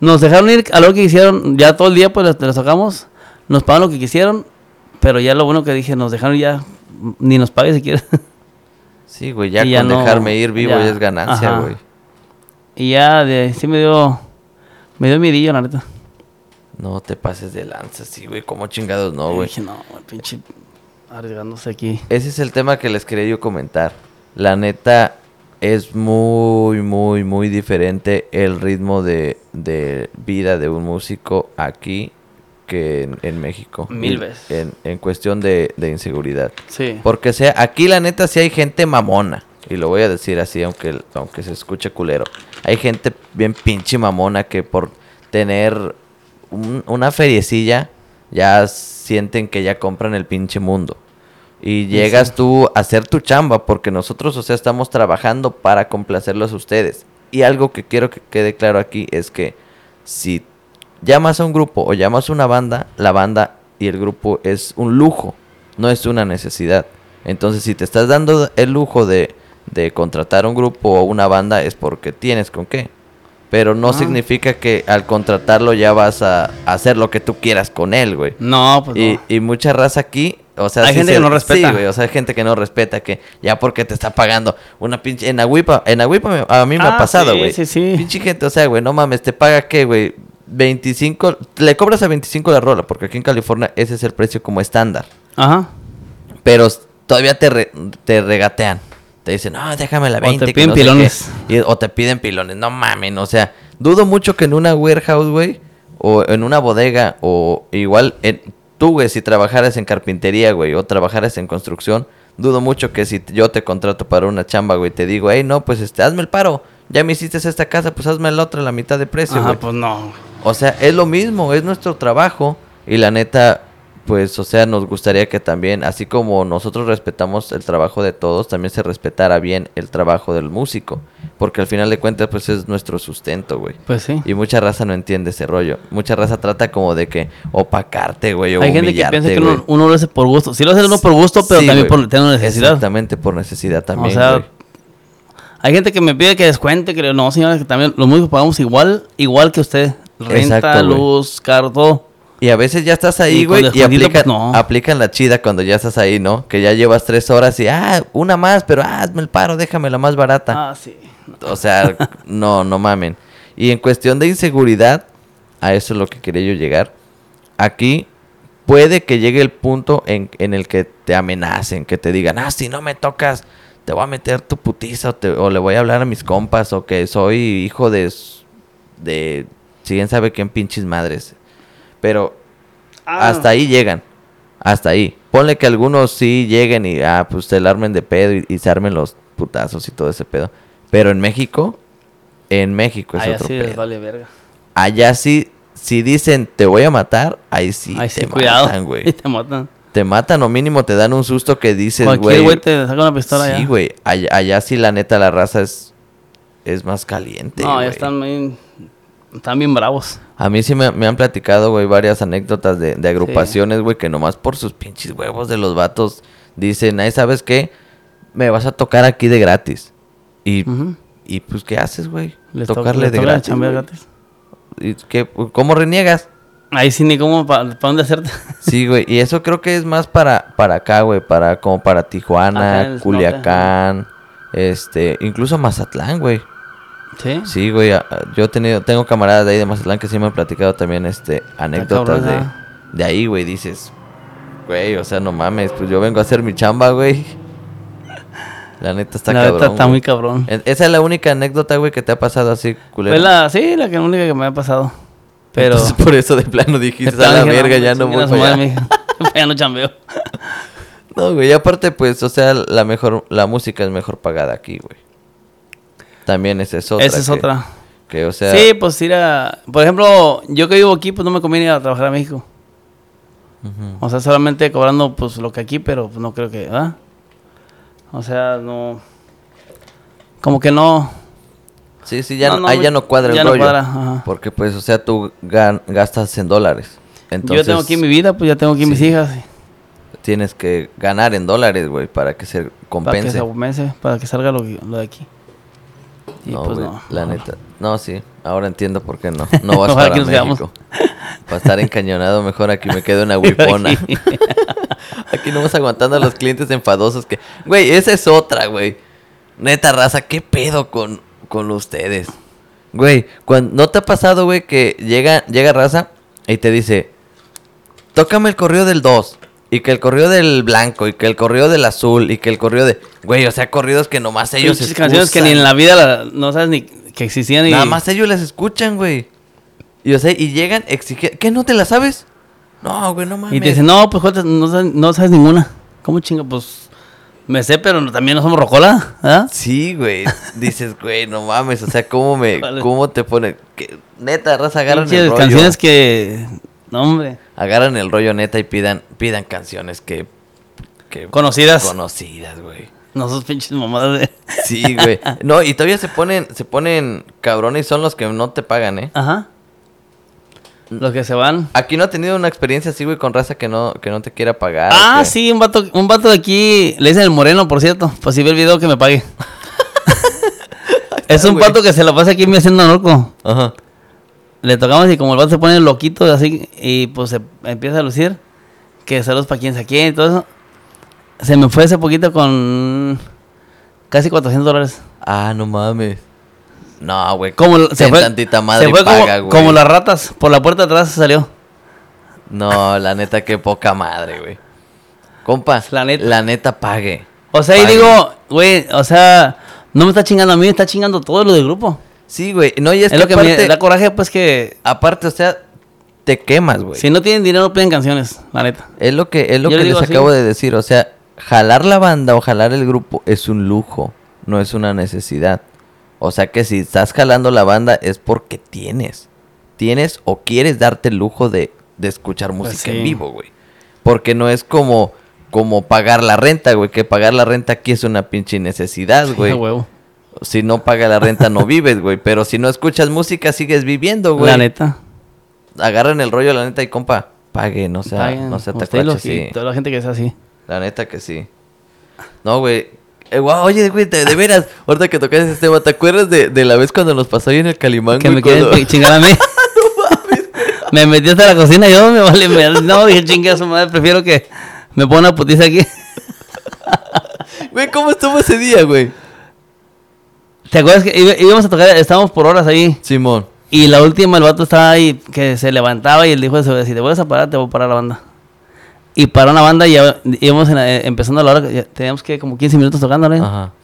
S2: Nos dejaron ir a lo que hicieron. Ya todo el día, pues les, les tocamos. Nos pagaron lo que quisieron. Pero ya lo bueno que dije, nos dejaron ya. m- Ni nos pague si quieres.
S1: Sí, güey, ya
S2: Y
S1: con
S2: ya no-
S1: dejarme ir vivo
S2: ya,
S1: ya es ganancia,
S2: ajá.
S1: güey.
S2: y ya, de, sí me dio. Me dio mirillo, la neta.
S1: No te pases de lanza, sí, güey. Como chingados no,
S2: Y
S1: güey.
S2: dije, no, güey, pinche. Arriesgándose aquí.
S1: Ese es el tema que les quería yo comentar. La neta es muy, muy, muy diferente el ritmo de, de vida de un músico aquí que en, en México.
S2: Mil
S1: Y
S2: veces.
S1: En, en cuestión de, de inseguridad.
S2: Sí.
S1: Porque sea, aquí la neta sí hay gente mamona. Y lo voy a decir así, aunque, aunque se escuche culero. Hay gente bien pinche mamona que por tener un- una feriecilla ya sienten que ya compran el pinche mundo. Y llegas tú a hacer tu chamba, porque nosotros, o sea, estamos trabajando para complacerlos a ustedes. Y algo que quiero que quede claro aquí es que si llamas a un grupo o llamas a una banda, la banda y el grupo es un lujo, no es una necesidad. Entonces, si te estás dando el lujo de, de contratar un grupo o una banda, es porque tienes con qué. Pero no
S2: Ah.
S1: significa que al contratarlo ya vas a hacer lo que tú quieras con él, güey.
S2: No, pues
S1: Y,
S2: no.
S1: y mucha raza aquí, o sea,
S2: Hay gente que no respeta.
S1: Sí, güey, o sea, hay gente que no respeta, que ya porque te está pagando una pinche. En Agüipa, en Agüipa me- a mí me ha
S2: Ah,
S1: pasado,
S2: sí,
S1: güey.
S2: sí, sí.
S1: Pinche gente, o sea, güey, no mames, te paga qué, güey. 25, le cobras a 25 la rola, porque aquí en California ese es el precio como estándar.
S2: Ajá.
S1: Pero s- todavía te, re- te regatean. Te dicen, no, déjame la
S2: O te
S1: 20. que
S2: piden
S1: no sé qué".
S2: pilones.
S1: Y- o te piden pilones. No mamen, o sea, dudo mucho que en una warehouse, güey, o en una bodega, o igual en- tú, güey, si trabajaras en carpintería, güey, o trabajaras en construcción, dudo mucho que si yo te contrato para una chamba, güey, te digo, hey, no, pues este, hazme el paro. Ya me hiciste esta casa, pues hazme la otra a la mitad de precio,
S2: Ajá,
S1: güey.
S2: pues no.
S1: O sea, es lo mismo, es nuestro trabajo. Y la neta, pues, o sea, nos gustaría que también, así como nosotros respetamos el trabajo de todos, también se respetara bien el trabajo del músico. Porque al final de cuentas, pues es nuestro sustento, güey.
S2: Pues sí.
S1: Y mucha raza no entiende ese rollo. Mucha raza trata como de que opacarte, güey, o
S2: Hay gente que piensa
S1: humillarte,
S2: que
S1: güey.
S2: uno, uno lo hace por gusto. Sí lo hace uno por gusto, pero
S1: Sí,
S2: también
S1: güey.
S2: por tener una necesidad.
S1: Exactamente, por necesidad también,
S2: o sea,
S1: güey.
S2: hay gente que me pide que descuente, que le- no, señores, que también los músicos pagamos igual, igual que usted. Renta,
S1: Exacto, güey.
S2: luz, carro, todo.
S1: Y a veces ya estás ahí,
S2: Y con
S1: güey, y,
S2: descuentito,
S1: aplican,
S2: pues, no.
S1: aplican la chida cuando ya estás ahí, ¿no? Que ya llevas tres horas y, ah, una más, pero ah, hazme el paro, déjame la más barata.
S2: Ah, sí.
S1: O sea, no, no mamen. Y en cuestión de inseguridad, a eso es lo que quería yo llegar. Aquí puede que llegue el punto en, en el que te amenacen, que te digan, ah, si no me tocas, te voy a meter tu putiza, o, te- o le voy a hablar a mis compas, o que soy hijo de, s- de, si bien sabe quién pinches madres. Pero hasta ahí llegan. Hasta ahí. Ponle que algunos sí lleguen y ah, pues se la armen de pedo y, y se armen los putazos y todo ese pedo. Pero en México, en México es
S2: Ahí
S1: Pues otro
S2: así les
S1: pedo.
S2: vale verga.
S1: Allá sí, si dicen te voy a matar, ahí sí
S2: Ahí
S1: te
S2: sí, cuidado.
S1: matan,
S2: Y
S1: güey.
S2: te matan.
S1: Te matan o mínimo te dan un susto que dices,
S2: Cualquier
S1: güey.
S2: güey te saca una pistola ya.
S1: Sí, güey. Allá, allá sí la neta la raza es, es más caliente.
S2: No,
S1: güey.
S2: ya están bien, están bien bravos.
S1: A mí sí me, me han platicado, güey, varias anécdotas de, de agrupaciones, güey, que nomás por sus pinches huevos de los vatos dicen, ay, ¿sabes qué? Me vas a tocar aquí de gratis. Y,
S2: Ujú.
S1: y pues, ¿qué haces, güey?
S2: Les toca-
S1: Tocarle
S2: les
S1: de
S2: toca
S1: gratis.
S2: chambear
S1: güey.
S2: gratis.
S1: ¿Y qué- ¿Cómo reniegas?
S2: Ahí sí ni cómo, ¿para dónde hacerte?
S1: Sí, güey, y eso creo que es más para, para acá, güey, para, como para
S2: Acá en el
S1: Tijuana,
S2: norte,
S1: Culiacán, este, incluso Mazatlán, güey.
S2: Sí.
S1: Sí, güey, a- a- yo he tenido, tengo camaradas de ahí de Mazatlán que sí me han platicado también este anécdotas
S2: cabrón,
S1: de,
S2: ah.
S1: de ahí, güey, dices, güey, o sea, no mames, pues yo vengo a hacer mi chamba, güey. La neta está
S2: la neta
S1: cabrón.
S2: está
S1: güey.
S2: muy cabrón.
S1: E- Esa es la única anécdota, güey, que te ha pasado así, culero.
S2: Fue la, sí, la que única que me ha pasado. Pero.
S1: por eso de plano
S2: de
S1: dijiste, a
S2: plano
S1: la
S2: dije, no,
S1: verga, ya no
S2: chinguen
S1: voy
S2: a su
S1: para
S2: madre,
S1: allá".
S2: mijo. Ya no chambeo.
S1: No, güey, y aparte, pues, o sea, la mejor, la música es mejor pagada aquí, güey. También esa es otra.
S2: Esa es
S1: que-
S2: otra.
S1: Que, o sea,
S2: sí, pues ir a. Por ejemplo, yo que vivo aquí, pues no me conviene ir a trabajar a México.
S1: ujú,
S2: O sea, solamente cobrando pues lo que aquí, pero pues, no creo que. ¿verdad? O sea, no. Como que no.
S1: sí, sí, ya
S2: No,
S1: no,
S2: no,
S1: ahí
S2: güey,
S1: ya no cuadra el
S2: ya no
S1: rollo.
S2: cuadra, ajá.
S1: Porque, pues, o sea, tú gan- gastas en dólares. Entonces,
S2: yo tengo aquí mi vida, pues ya tengo aquí mis
S1: sí,
S2: hijas.
S1: tienes que ganar en dólares, güey, para que se
S2: Para que
S1: compense.
S2: se aumente, para que salga lo, que- lo de aquí. Y
S1: no,
S2: pues
S1: güey,
S2: no.
S1: la neta. No, sí, ahora entiendo por qué no. No vas
S2: Ojalá
S1: para
S2: que nos veamos.
S1: México. Para estar encañonado, mejor aquí me quedo en Aguipona.
S2: Aquí.
S1: Aquí no vas aguantando a los clientes enfadosos que... Güey, esa es otra, güey. Neta raza, ¿qué pedo con, con ustedes? Güey, cuan- ¿no te ha pasado, güey, que llega, llega raza y te dice... Tócame el correo del 2. Y que el correo del blanco, y que el correo del azul, y que el correo de... Güey, o sea, corridos que nomás ellos...
S2: Pinches canciones que ni
S1: escuchan.
S2: en la vida la- no sabes ni que existían. Y,
S1: Nada más ellos las escuchan, güey. Y, o sea, y llegan exigiendo... ¿Qué, no te la sabes? No, güey, no mames.
S2: y te dicen, no, pues ¿cuántas? no, sabes- no sabes ninguna. ¿Cómo chinga? Pues me sé, pero no- también no somos rocola. ¿verdad?
S1: Sí, güey. Dices, güey, no mames. O sea, ¿cómo me...
S2: Vale.
S1: ¿Cómo te ponen? Que, neta, raza, agarran
S2: Pinches
S1: el rollo.
S2: canciones que. No, hombre.
S1: Agarran el rollo, neta, y pidan, pidan canciones que... que.
S2: Conocidas.
S1: Conocidas, güey.
S2: No sos pinches mamadas de.
S1: Sí, güey. No, y todavía se ponen, se ponen cabrones y son los que no te pagan, ¿eh?
S2: Ajá.
S1: Mm.
S2: Los que se van.
S1: Aquí no he tenido una experiencia así, güey, con raza que no, que no te quiera pagar.
S2: Ah,
S1: que-
S2: sí, un vato, un vato de aquí. Le dicen el moreno, por cierto. Pues si ve el video que me pague. es un
S1: güey.
S2: pato que se lo pasa aquí me haciendo loco.
S1: Ajá.
S2: Le tocamos y como el vato se pone loquito así y pues se empieza a lucir. Que saludos para quien se quiere y todo eso. Se me fue hace poquito con casi 400 dólares.
S1: Ah, no mames. No, güey.
S2: Como l- se
S1: ten
S2: fue,
S1: tantita madre
S2: se fue como-
S1: paga,
S2: como,
S1: güey.
S2: las ratas, por la puerta de atrás salió.
S1: No, la neta, qué poca madre, güey. Compas,
S2: La neta.
S1: la neta pague.
S2: O sea, y
S1: Pague.
S2: digo, güey, o sea, no me está chingando a mí, me está chingando todo lo del grupo.
S1: Sí, güey. No, y
S2: Es,
S1: es,
S2: lo que
S1: aparte,
S2: me da coraje, pues que
S1: aparte, o sea, te quemas, güey.
S2: si no tienen dinero, piden canciones, la neta.
S1: Es lo que, es lo
S2: Yo
S1: que
S2: le
S1: les
S2: digo así.
S1: acabo de decir. O sea, jalar la banda o jalar el grupo es un lujo, no es una necesidad. O sea que si estás jalando la banda es porque tienes. Tienes o quieres darte el lujo de, de escuchar
S2: Pues
S1: música
S2: sí.
S1: en vivo, güey. Porque no es como, como pagar la renta, güey. Que pagar la renta aquí es una pinche necesidad,
S2: A
S1: güey.
S2: huevo.
S1: Si no paga la renta no vives, güey. Pero si no escuchas música sigues viviendo, güey.
S2: La neta.
S1: Agarren el rollo, la neta, y compa, paguen, o sea,
S2: Paguen,
S1: no sea
S2: ustedes los-
S1: tacuache, sí.
S2: y Toda la gente que es así.
S1: La neta que sí. No, güey. Eh, guau, oye, güey, de, de veras, ahorita que tocas este tema, ¿te acuerdas de, de la vez cuando nos pasó ahí en el Calimán?
S2: que
S1: güey,
S2: me quieren
S1: cuando-
S2: pe- chingar a mí. me metí hasta la cocina, yo me vale. me- no, dije chingue a su madre, prefiero que me ponga una putiza aquí.
S1: Güey, ¿cómo estuvo ese día, güey?
S2: ¿Te acuerdas que iba- íbamos a tocar, estábamos por horas ahí?
S1: Simón.
S2: Y la última, el vato estaba ahí, que se levantaba y él dijo, eso, si te vuelves a parar, te voy a parar la banda. Y paró la banda y ya íbamos en la- eh, empezando a la hora, que ya teníamos que como 15 minutos tocando, ¿no?
S1: Ajá.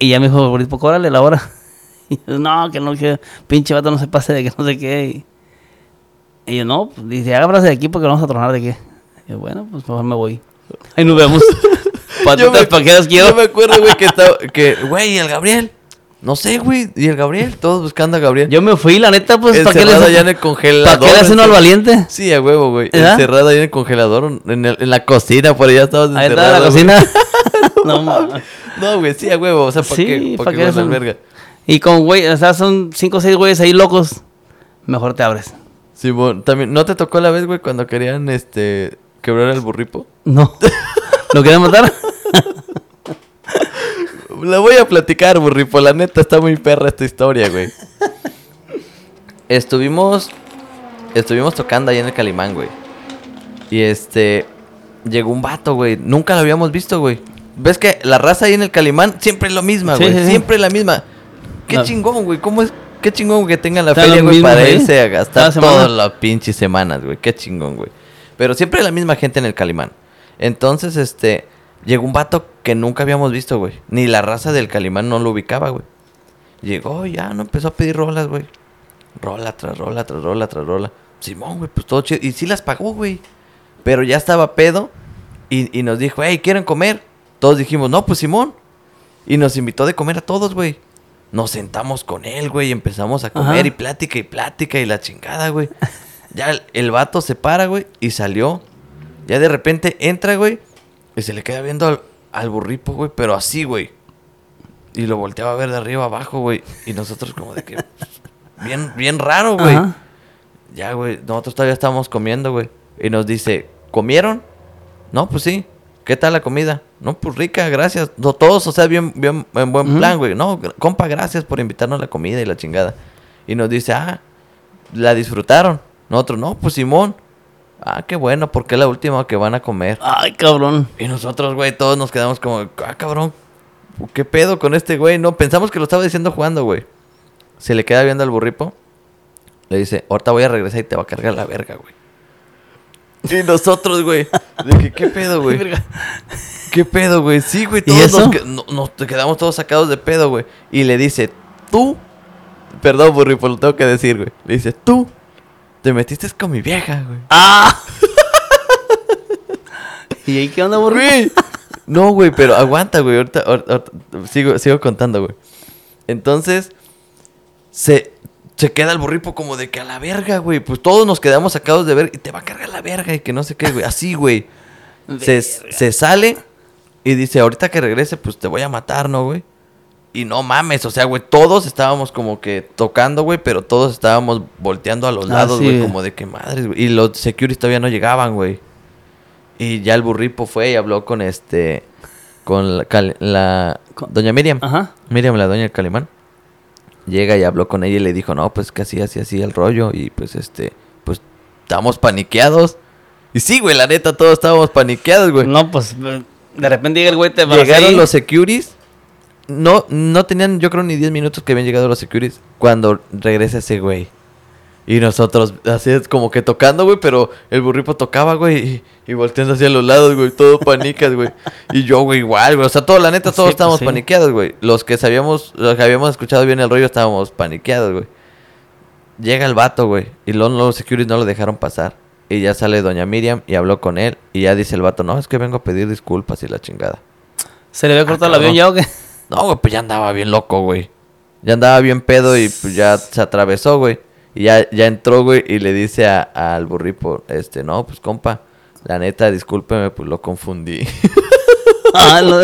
S2: Y ya me dijo, Brispo, córale la hora. Y yo, no, que no, que pinche vato no se pase de que no sé qué. Y, y yo, no, pues, dice, ábrase de aquí porque vamos a tronar de qué. Y yo, bueno, pues mejor me voy. Ahí nos vemos.
S1: Yo
S2: Patitas
S1: me-
S2: paqueras quiero.
S1: Yo me acuerdo, güey, que estaba, que, güey, ¿y el Gabriel? No sé, güey, ¿y el Gabriel? Todos buscando a Gabriel.
S2: Yo me fui, la neta, pues, ¿para qué le
S1: encerrado allá en
S2: hacen
S1: el congelador.
S2: ¿pa' qué le hacen uno al
S1: encerrado-
S2: valiente?
S1: Sí, a huevo, güey.
S2: ¿Verdad?
S1: Encerrado ahí en el congelador, en, el- en la cocina, por allá estabas
S2: Ahí está la
S1: encerrado, güey.
S2: cocina. no mames.
S1: No, güey, sí, a huevo, o sea, ¿para
S2: Sí,
S1: qué?
S2: ¿pa'
S1: ¿Para
S2: qué
S1: qué vas a la
S2: hacen?
S1: verga?
S2: Y con güey, o sea, son cinco o seis güeyes ahí locos. Mejor te abres.
S1: Simón, también, ¿no te tocó la vez, güey, cuando querían, este, quebrar el burripo?
S2: No. ¿Lo quieren matar?
S1: La voy a platicar, burripo, la neta, está muy perra esta historia, güey. estuvimos, estuvimos tocando ahí en el Calimán, güey. Y este, llegó un vato, güey, nunca lo habíamos visto, güey. ¿Ves que la raza ahí en el Calimán siempre es lo misma,
S2: Sí,
S1: güey?
S2: sí, sí.
S1: Siempre es la misma. Qué
S2: Ah.
S1: chingón, güey, ¿cómo es? Qué chingón que tengan la
S2: Está lo
S1: feria, güey,
S2: mismo,
S1: para
S2: güey.
S1: irse a gastar
S2: Cada semana.
S1: todas las pinches semanas, güey. Qué chingón, güey. Pero siempre la misma gente en el Calimán. Entonces, este, llegó un vato que nunca habíamos visto, güey. Ni la raza del Calimán no lo ubicaba, güey. Llegó y ya, no empezó a pedir rolas, güey. Rola tras rola, tras rola, tras rola. Simón, güey, pues todo chido. Y sí las pagó, güey. Pero ya estaba pedo y, y nos dijo, hey, ¿quieren comer? Todos dijimos, no, pues Simón. Y nos invitó de comer a todos, güey. Nos sentamos con él, güey, y empezamos a comer
S2: Ajá.
S1: y plática y plática y la chingada, güey. Ya el, el vato se para, güey, y salió. Ya de repente entra, güey, y se le queda viendo al, al burripo, güey, pero así, güey. Y lo volteaba a ver de arriba abajo, güey. Y nosotros como de que... Bien, bien raro, güey.
S2: Ajá.
S1: Ya, güey, nosotros todavía estábamos comiendo, güey. Y nos dice, ¿comieron? No, pues sí. ¿Qué tal la comida? No, pues rica, gracias. No, todos, o sea, bien, bien, en buen
S2: Ujú.
S1: plan, güey. No, gr- compa, gracias por invitarnos a la comida y la chingada. Y nos dice, ah, la disfrutaron. Nosotros, no, pues Simón. Ah, qué bueno, porque es la última que van a comer.
S2: Ay, cabrón.
S1: Y nosotros, güey, todos nos quedamos como, ah, cabrón, ¿qué pedo con este güey? No, pensamos que lo estaba diciendo jugando, güey. Se le queda viendo al burripo. Le dice, ahorita voy a regresar y te va a cargar la verga, güey. Y nosotros, güey, de que, ¿qué pedo, güey?
S2: Verga.
S1: ¿Qué pedo, güey? Sí, güey,
S2: ¿Y
S1: todos
S2: eso?
S1: Nos, que- no- nos quedamos todos sacados de pedo, güey. Y le dice, tú, perdón, burripo, lo tengo que decir, güey. Le dice, tú, te metiste con mi vieja, güey.
S2: ¡Ah! ¿Y ahí qué onda, burro?
S1: Güey. No, güey, pero aguanta, güey. Ahorita, ahor- ahor- sigo, sigo contando, güey. Entonces, se, se queda el borripo como de que a la verga, güey. Pues todos nos quedamos sacados de ver y te va a cargar la verga y que no sé qué, güey. Así, güey. Se, se sale y dice, ahorita que regrese, pues te voy a matar, ¿no, güey? Y no mames, o sea, güey, todos estábamos como que tocando, güey, pero todos estábamos volteando a los
S2: Ah,
S1: lados,
S2: sí.
S1: güey, como de que madres, güey. Y los securities todavía no llegaban, güey. Y ya el burripo fue y habló con este, con la, cal- la-
S2: Con-
S1: doña Miriam.
S2: Ajá.
S1: Miriam, la doña del Calimán, llega y habló con ella y le dijo, no, pues que así, así, así el rollo. Y pues este, pues estamos paniqueados. Y sí, güey, la neta, todos estábamos paniqueados, güey.
S2: No, pues de repente llega el güey te abraza
S1: Llegaron
S2: ahí.
S1: los securities. No, no tenían, yo creo, ni 10 minutos que habían llegado los securities cuando regresa ese güey. Y nosotros, así es como que tocando, güey, pero el burripo tocaba, güey, y, y volteando hacia los lados, güey, todo panicas, güey. Y yo, güey, igual, güey. O sea, todo, la neta,
S2: Sí,
S1: todos
S2: pues,
S1: estábamos
S2: sí.
S1: paniqueados, güey. Los que sabíamos, los que habíamos escuchado bien el rollo, estábamos paniqueados, güey. Llega el vato, güey, y los, los securities no lo dejaron pasar. Y ya sale doña Miriam y habló con él, y ya dice el vato, no, es que vengo a pedir disculpas y la chingada.
S2: Se le había cortado el
S1: cabrón.
S2: avión ya o qué.
S1: No, güey, pues ya andaba bien loco, güey. Ya andaba bien pedo y pues ya se atravesó, güey. Y ya, ya entró, güey, y le dice a- al burripo, este, no, pues compa, la neta, discúlpeme, pues lo confundí.
S2: Ah, lo-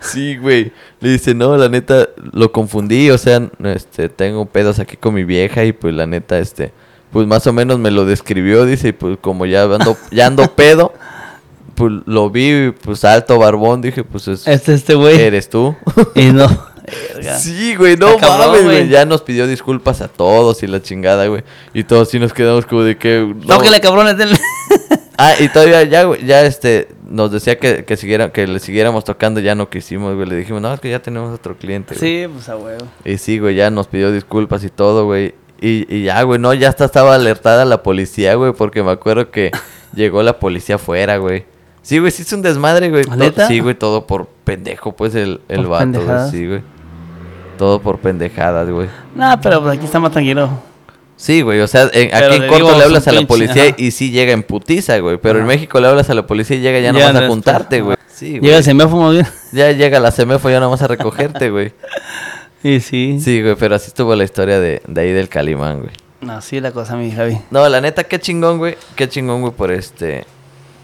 S1: sí, güey. Le dice, no, la neta, lo confundí, o sea, este, tengo pedos aquí con mi vieja y pues la neta, este, pues más o menos me lo describió, dice, y pues como ya ando, ya ando pedo, pues lo vi, pues alto barbón, dije, pues es,
S2: este este güey.
S1: eres tú.
S2: Y no. Verga.
S1: Sí, güey, no
S2: Está cabrón,
S1: mames, güey.
S2: güey.
S1: Ya nos pidió disculpas a todos y la chingada, güey. Y todos sí nos quedamos como de que.
S2: No, que le cabrones del.
S1: Ah, y todavía ya, güey, ya este, nos decía que, que, siguiera, que le siguiéramos tocando, ya no quisimos, güey. Le dijimos, no, es que ya tenemos otro cliente. güey".
S2: Sí, pues a huevo.
S1: Y sí, güey, ya nos pidió disculpas y todo, güey. Y, y ya, güey, no, ya hasta estaba alertada la policía, güey, porque me acuerdo que llegó la policía afuera, güey. Sí, güey, sí es un desmadre, güey. To-
S2: ¿Neta?
S1: Sí, güey, todo por pendejo, pues, el, el vato,
S2: ¿Por
S1: güey.
S2: pendejadas?
S1: Sí, güey. Todo por pendejadas, güey.
S2: No, pero pues, aquí está más tranquilo.
S1: Sí, güey, o sea, en-
S2: Pero
S1: aquí en
S2: le
S1: corto
S2: digo,
S1: le hablas a
S2: son
S1: la
S2: pinche-
S1: policía
S2: ajá.
S1: y sí llega en putiza, güey. Pero en
S2: Ajá.
S1: México le hablas a la policía y llega ya
S2: Ya
S1: nomás
S2: no
S1: a
S2: está.
S1: juntarte, güey. Sí, güey.
S2: Llega el semáforo bien.
S1: Ya llega la semefo ya nomás a recogerte, güey.
S2: Y sí.
S1: Sí, güey, pero así estuvo la historia de, de ahí del Calimán, güey.
S2: No, sí la cosa, mi Javi.
S1: No, la neta, qué chingón, güey. Qué chingón, güey, por este.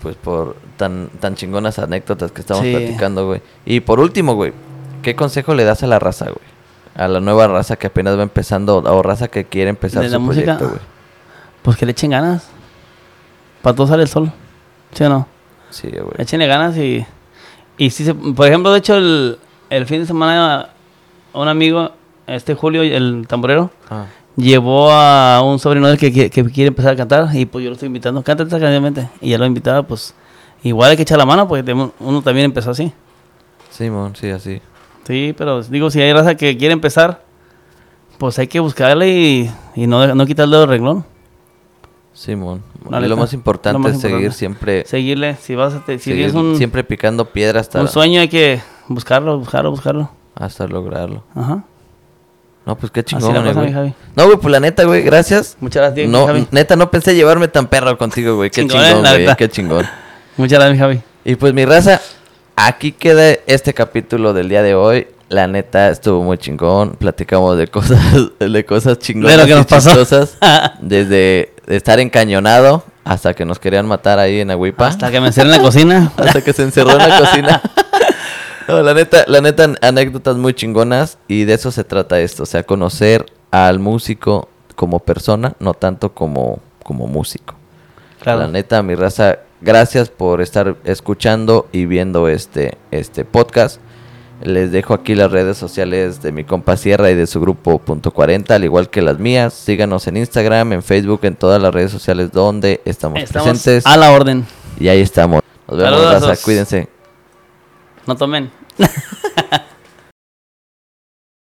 S1: Pues por tan, tan chingonas anécdotas que estamos
S2: Sí.
S1: platicando, güey. Y por último, güey, ¿qué consejo le das a la raza, güey? A la nueva raza que apenas va empezando, o raza que quiere empezar
S2: ¿De
S1: su
S2: la música?
S1: proyecto, güey.
S2: Pues que le echen ganas. Para todo sale el sol. ¿Sí o no?
S1: Sí, güey.
S2: Pues. Échenle ganas y. Y si se. Por ejemplo, de hecho, el, el fin de semana, un amigo, este Julio, el tamborero,
S1: Ah.
S2: llevó a un sobrino del que, que, que quiere empezar a cantar. Y pues yo lo estoy invitando, canta esta canción, vente". Y ya lo invitaba, pues. Igual hay que echar la mano, porque tenemos- uno también empezó así.
S1: Simón, sí, así.
S2: Sí, pero digo, si hay raza que quiere empezar, pues hay que buscarle y, y no, no quitarle el renglón.
S1: Simón.
S2: La
S1: lo
S2: neta,
S1: más importante
S2: lo más
S1: es seguir
S2: importante.
S1: siempre.
S2: Seguirle, si vas a te- si
S1: seguir
S2: tienes un,
S1: siempre picando piedra hasta,
S2: un sueño hay que buscarlo, buscarlo, buscarlo.
S1: hasta lograrlo.
S2: Ajá.
S1: No, pues qué
S2: Así la
S1: chingón,
S2: cosa,
S1: güey.
S2: mi Javi.
S1: No, güey, pues la neta, güey, gracias.
S2: Muchas gracias,
S1: No,
S2: Javi.
S1: neta, no pensé llevarme tan perro contigo, güey. Qué
S2: Chingón,
S1: chingón,
S2: eh, la
S1: güey.
S2: neta.
S1: Qué chingón.
S2: Muchas gracias, mi Javi.
S1: Y pues mi raza, aquí queda este capítulo del día de hoy. La neta estuvo muy chingón. Platicamos de cosas, de cosas chingonas
S2: De lo que
S1: y
S2: nos pasó.
S1: chistosas. Desde estar encañonado hasta que nos querían matar ahí en Agüipa.
S2: Hasta que me encerré en la cocina.
S1: hasta que se encerró en la cocina. No, la neta, la neta, anécdotas muy chingonas y de eso se trata esto, o sea, conocer al músico como persona, no tanto como, como músico. La
S2: Claro.
S1: neta, mi raza, gracias por estar escuchando y viendo este, este podcast. Les dejo aquí las redes sociales de mi compa Sierra y de su grupo Punto 40, al igual que las mías. Síganos en Instagram, en Facebook, en todas las redes sociales donde estamos,
S2: Estamos
S1: presentes.
S2: a la orden.
S1: Y ahí estamos. Nos vemos,
S2: Saludos.
S1: raza. Cuídense.
S2: No tomen.